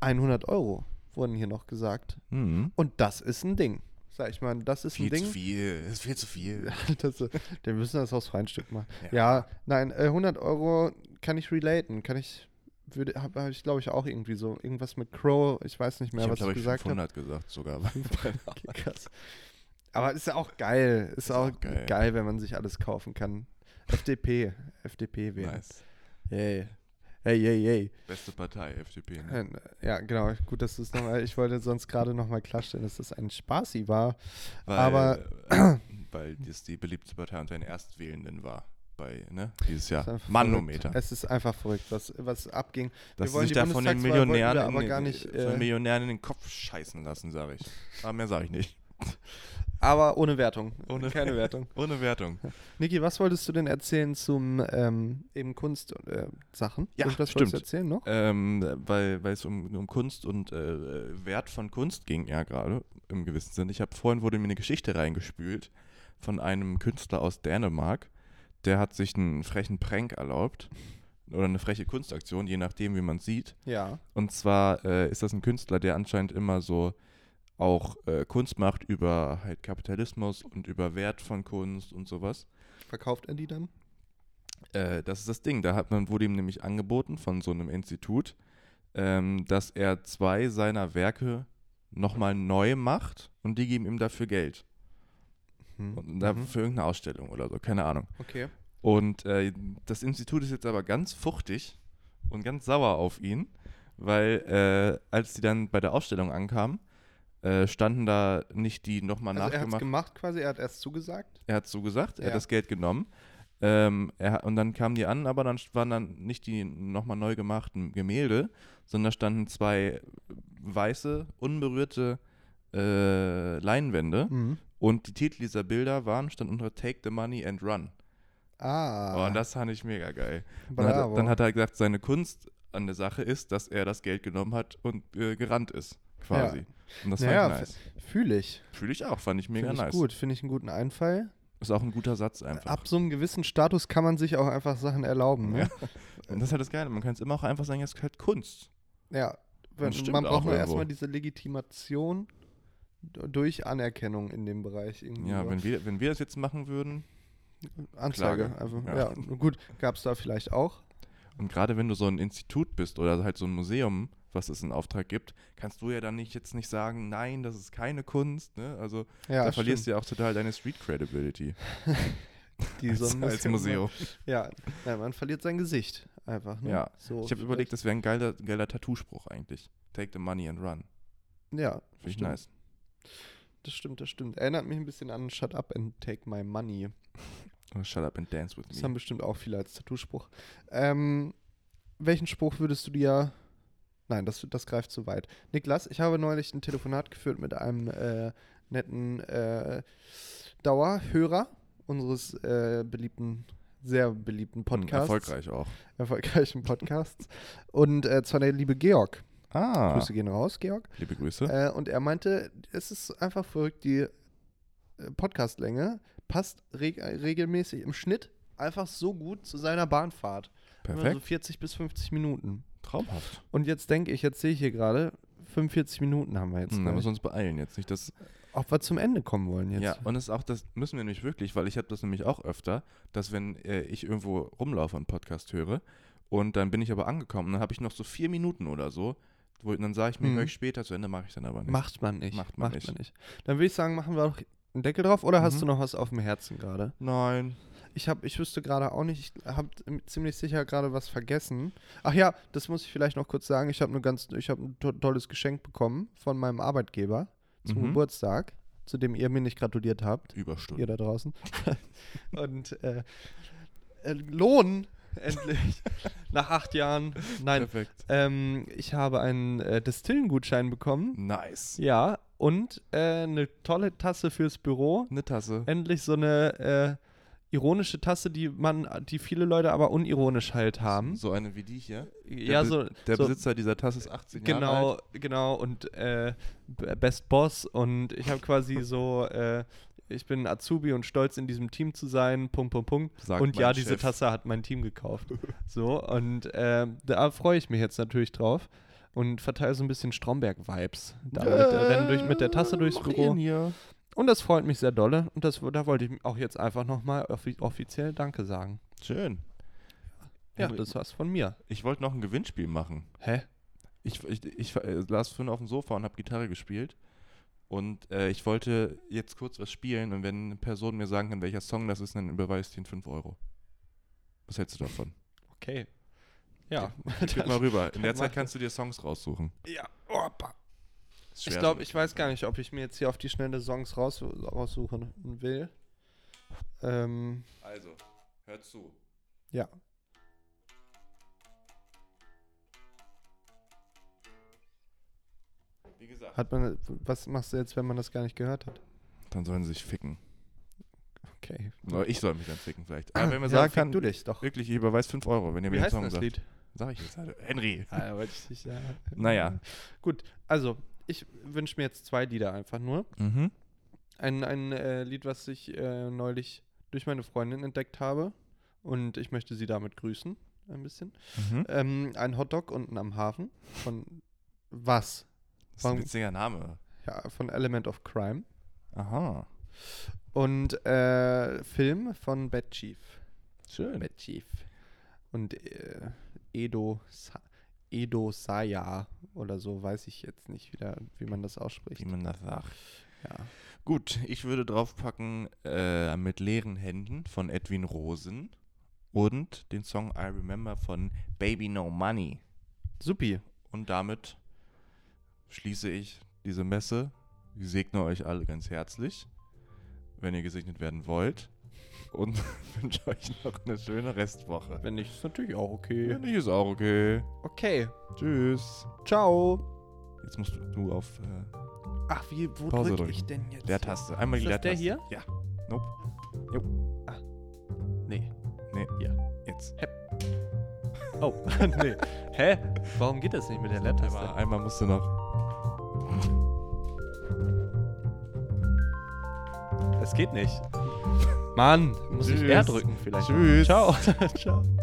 100 Euro wurden hier noch gesagt.
Mhm.
Und das ist ein Ding. Sag ich mal, das ist ein
Viel
Ding.
zu viel. Ist viel zu viel.
[laughs] Das, äh, wir müssen das aus Feinstück machen.
Ja.
Ja, nein, äh, 100 Euro kann ich relaten. Kann ich, würde, habe hab ich glaube ich auch irgendwie so. Irgendwas mit Crow, ich weiß nicht mehr,
ich habe,
was
glaube
ich
ich,
gesagt habe.
500 gesagt [laughs] sogar.
[laughs] Okay, krass. Aber ist ja auch geil. Ist, auch,
auch geil.
geil. wenn man sich alles kaufen kann. FDP, FDP wählen.
nice.
Hey. Hey, hey, hey.
Beste Partei, FDP. Ne?
Äh, Ja, genau. Gut, dass du es nochmal. Ich wollte sonst gerade nochmal klarstellen, dass das ein Spaßi war.
Weil,
aber-
äh,
[clears throat]
weil das die beliebte Partei unter den Erstwählenden war. Bei, ne? Dieses
Es ist
Jahr.
einfach
Manometer.
verrückt. Es ist einfach verrückt, was, was abging.
um Dass sie
wollen
sich
die
da von den
Bundestagswahl, wollten wir
Millionären,
aber
in,
gar
den-
nicht,
von den
äh,
Millionären in den Kopf scheißen lassen, sage ich. Aber mehr sage ich nicht.
Aber ohne Wertung.
Ohne-
[laughs] Keine Wertung.
[laughs] Ohne Wertung.
Niki, was wolltest du denn erzählen zum ähm, eben Kunst-Sachen? Äh, Sachen?
Ja,
Irgendwas
stimmt.
wolltest du erzählen noch?
Ähm, weil, weil es um, um Kunst und äh, Wert von Kunst ging, ja, gerade im gewissen Sinn. Ich habe vorhin wurde mir eine Geschichte reingespült von einem Künstler aus Dänemark, der hat sich einen frechen Prank erlaubt oder eine freche Kunstaktion, je nachdem, wie man sieht.
Ja.
Und zwar äh, ist das ein Künstler, der anscheinend immer so auch äh, Kunst macht über halt Kapitalismus und über Wert von Kunst und sowas.
Verkauft er die dann?
Äh, das ist das Ding. Da hat man, wurde ihm nämlich angeboten von so einem Institut, ähm, dass er zwei seiner Werke nochmal neu macht und die geben ihm dafür Geld.
Hm.
Und da
Mhm.
für irgendeine Ausstellung oder so, keine Ahnung.
Okay.
Und äh, das Institut ist jetzt aber ganz fuchtig und ganz sauer auf ihn, weil äh, als die dann bei der Ausstellung ankamen, äh, standen da nicht die nochmal
Also er hat es
nachgemacht.
gemacht quasi, er hat erst zugesagt.
Er hat so gesagt, er hat
Ja.
das Geld genommen. Ähm, er, hat- und dann kamen die an, aber dann waren dann nicht die nochmal neu gemachten Gemälde, sondern da standen zwei weiße, unberührte äh, Leinwände.
Hm.
Und die Titel dieser Bilder waren, stand unter Take the Money and Run.
Ah.
Oh, und das fand ich mega geil. Dann hat,
bravo.
er- dann hat er gesagt, seine Kunst an der Sache ist, dass er das Geld genommen hat und äh, gerannt ist, quasi. Und das
Naja,
fand ich nice.
Fühle ich.
Fühle ich auch, fand ich mega
Finde ich
nice.
gut. Finde ich einen guten Einfall.
Ist auch ein guter Satz einfach.
Ab so einem gewissen Status kann man sich auch einfach Sachen erlauben. Ne?
Ja. Und das ist halt das Geile. Man kann es immer auch einfach sagen, jetzt halt Kunst.
Ja,
Das
wenn,
stimmt
man
auch
braucht nur
irgendwo.
erstmal diese Legitimation d- durch Anerkennung in dem Bereich. Irgendwie
Ja,
so.
wenn wir, wenn wir das jetzt machen würden,
Anzeige
Klage.
einfach.
Ja.
Ja, gut, gab es da vielleicht auch.
und gerade wenn du so ein Institut bist oder halt so ein Museum, was es in Auftrag gibt, kannst du ja dann nicht jetzt nicht sagen, nein, das ist keine Kunst. Ne? Also
Ja,
da verlierst du ja auch total deine Street Credibility
die
als,
Sonne-
als Museum.
Ja, nein, man verliert sein Gesicht einfach. Ne?
Ja.
so
Ich habe überlegt, das wäre ein geiler, geiler Tattoo-Spruch eigentlich. Take the money and run.
Ja,
Finde ich
stimmt.
nice.
das stimmt, das stimmt. Erinnert mich ein bisschen an Shut Up and Take My Money.
Oh, shut up and dance with
Das haben
me.
bestimmt auch viele als Tattoospruch. Ähm, welchen Spruch würdest du dir. Nein, das, das greift zu weit. Niklas, ich habe neulich ein Telefonat geführt mit einem äh, netten äh, Dauerhörer unseres äh, beliebten, sehr beliebten
Und
Podcasts.
Hm, Erfolgreich auch.
Erfolgreichen Podcasts. Und äh, zwar der liebe Georg.
Ah,
Grüße gehen raus, Georg.
liebe Grüße.
Äh, und er meinte, es ist einfach verrückt, die äh, Podcastlänge passt reg regelmäßig im Schnitt einfach so gut zu seiner Bahnfahrt. Immer so
Perfekt.
40 bis 50 Minuten.
Traumhaft.
Und jetzt denke ich, jetzt sehe ich hier gerade, 45 Minuten haben wir jetzt.
Hm, da müssen wir
gleich.
uns beeilen jetzt. Nicht, dass
Ob wir zum Ende kommen wollen jetzt.
Ja, und es ist auch, das müssen wir nämlich wirklich, weil ich habe das nämlich auch öfter, dass wenn äh, ich irgendwo rumlaufe und Podcast höre und dann bin ich aber angekommen, dann habe ich noch so vier Minuten oder so, wo, dann sage ich mir,
Mhm.
höre ich später, zu Ende mache ich dann aber nicht.
Macht man nicht.
Macht man nicht.
Dann würde ich sagen, machen wir doch einen Deckel drauf oder
Mhm.
hast du noch was auf dem Herzen gerade?
Nein.
Ich habe, ich wüsste gerade auch nicht, ich habe ziemlich sicher gerade was vergessen. Ach ja, das muss ich ne vielleicht noch kurz sagen. Ich habe eine ganz, ich habe ein to tolles Geschenk bekommen von meinem Arbeitgeber zum
Mhm.
Geburtstag. zu dem ihr mir nicht gratuliert habt, ihr
Überstunden. [laughs]
da draußen. Und äh, äh, Lohn [laughs] endlich nach acht Jahren. Nein,
Perfekt.
ähm, ich habe einen äh, Destillengutschein bekommen.
Mhm. Nice.
Ja, und äh, eine tolle Tasse fürs Büro.
Eine Tasse.
Endlich so eine äh, ironische Tasse, die man, die viele Leute aber unironisch halt haben.
So eine wie die hier. Der
ja,
Be-
so,
Der
so
Besitzer dieser Tasse ist 18 Jahre
genau,
alt.
genau und äh, B- Best Boss und ich habe quasi so, äh, ich bin ein Azubi und stolz in diesem Team zu sein, Punkt, Punkt, Punkt.
Sagt
und
mein
ja, diese
Chef.
Tasse hat mein Team gekauft.
[laughs]
So, und äh, da freue ich mich jetzt natürlich drauf und verteile so ein bisschen Stromberg-Vibes. Damit äh, renne durch mit der Tasse durchs
Mach
Büro.
ihn Hier.
Und das freut mich sehr dolle. Und das, da wollte ich auch jetzt einfach nochmal offi offiziell Danke sagen.
Schön.
Ja,
Henry,
das war's von mir.
Ich wollte noch ein Gewinnspiel machen.
Hä?
Ich, ich, ich äh, saß vorhin auf dem Sofa und habe Gitarre gespielt. Und äh, ich wollte jetzt kurz was spielen. Und wenn eine Person mir sagen kann, welcher Song das ist, dann überweist ich den 5 Euro. Was hältst du davon?
Okay. Ja. [laughs]
Gib mal rüber. In der
dann
Zeit
mach
kannst du dir Songs raussuchen.
ja. Opa.
Ist
Ich
schwer.
glaube, ich weiß gar nicht, ob ich mir jetzt hier auf die schnelle Songs raus raussuchen will. Ähm,
Also, hör zu.
ja.
Wie gesagt.
Hat man, was machst du jetzt, wenn man das gar nicht gehört hat?
Dann sollen sie sich ficken.
Okay.
Oder ich soll mich dann ficken vielleicht. Aber wenn man
ja,
sagen
fick
kann,
du dich doch.
wirklich, ich überweist 5 Euro, wenn ihr mir den Song sagt.
Lied?
Sag ich jetzt halt. Henry.
[laughs] Ah, wollte ich nicht sagen.
Naja.
Gut, also ich wünsche mir jetzt zwei Lieder einfach nur.
Mhm.
Ein, ein äh, Lied, was ich äh, neulich durch meine Freundin entdeckt habe. Und ich möchte sie damit grüßen, ein bisschen.
Mhm.
Ähm, ein Hotdog unten am Hafen von was?
Das ist ein
Warum-
witziger Name.
Ja, von Element of Crime.
Aha.
Und äh, Film von Bad Chief.
Schön.
Bad Chief. Und äh, Edo, Sa Edo Saya oder so, weiß ich jetzt nicht wieder, wie man das ausspricht.
Wie man das sagt.
Ja.
Gut, ich würde draufpacken äh, mit leeren Händen von Edwin Rosen und den Song I Remember von Baby No Money.
Supi.
Und damit schließe ich diese Messe. Ich segne euch alle ganz herzlich, wenn ihr gesegnet werden wollt. Und [laughs] wünsche euch noch eine schöne Restwoche.
Wenn nicht, ist natürlich auch okay.
Wenn nicht, ist auch okay.
Okay,
Tschüss.
ciao.
Jetzt musst du- du auf äh,
Ach, wie, wo
Pause
drück
drücken.
ich denn jetzt?
Leertaste. Einmal
Ist
die
das der
Leertaste.
hier?
Ja. Nope. Jo.
Ah.
Nee. Nee.
Hier.
Jetzt.
Oh, [laughs] nee. Hä? Warum geht das nicht mit der
Einmal, einmal musst du noch.
Das geht nicht. Mann, muss ich
Tschüss.
R drücken vielleicht.
Tschüss.
Ciao. [laughs] ciao.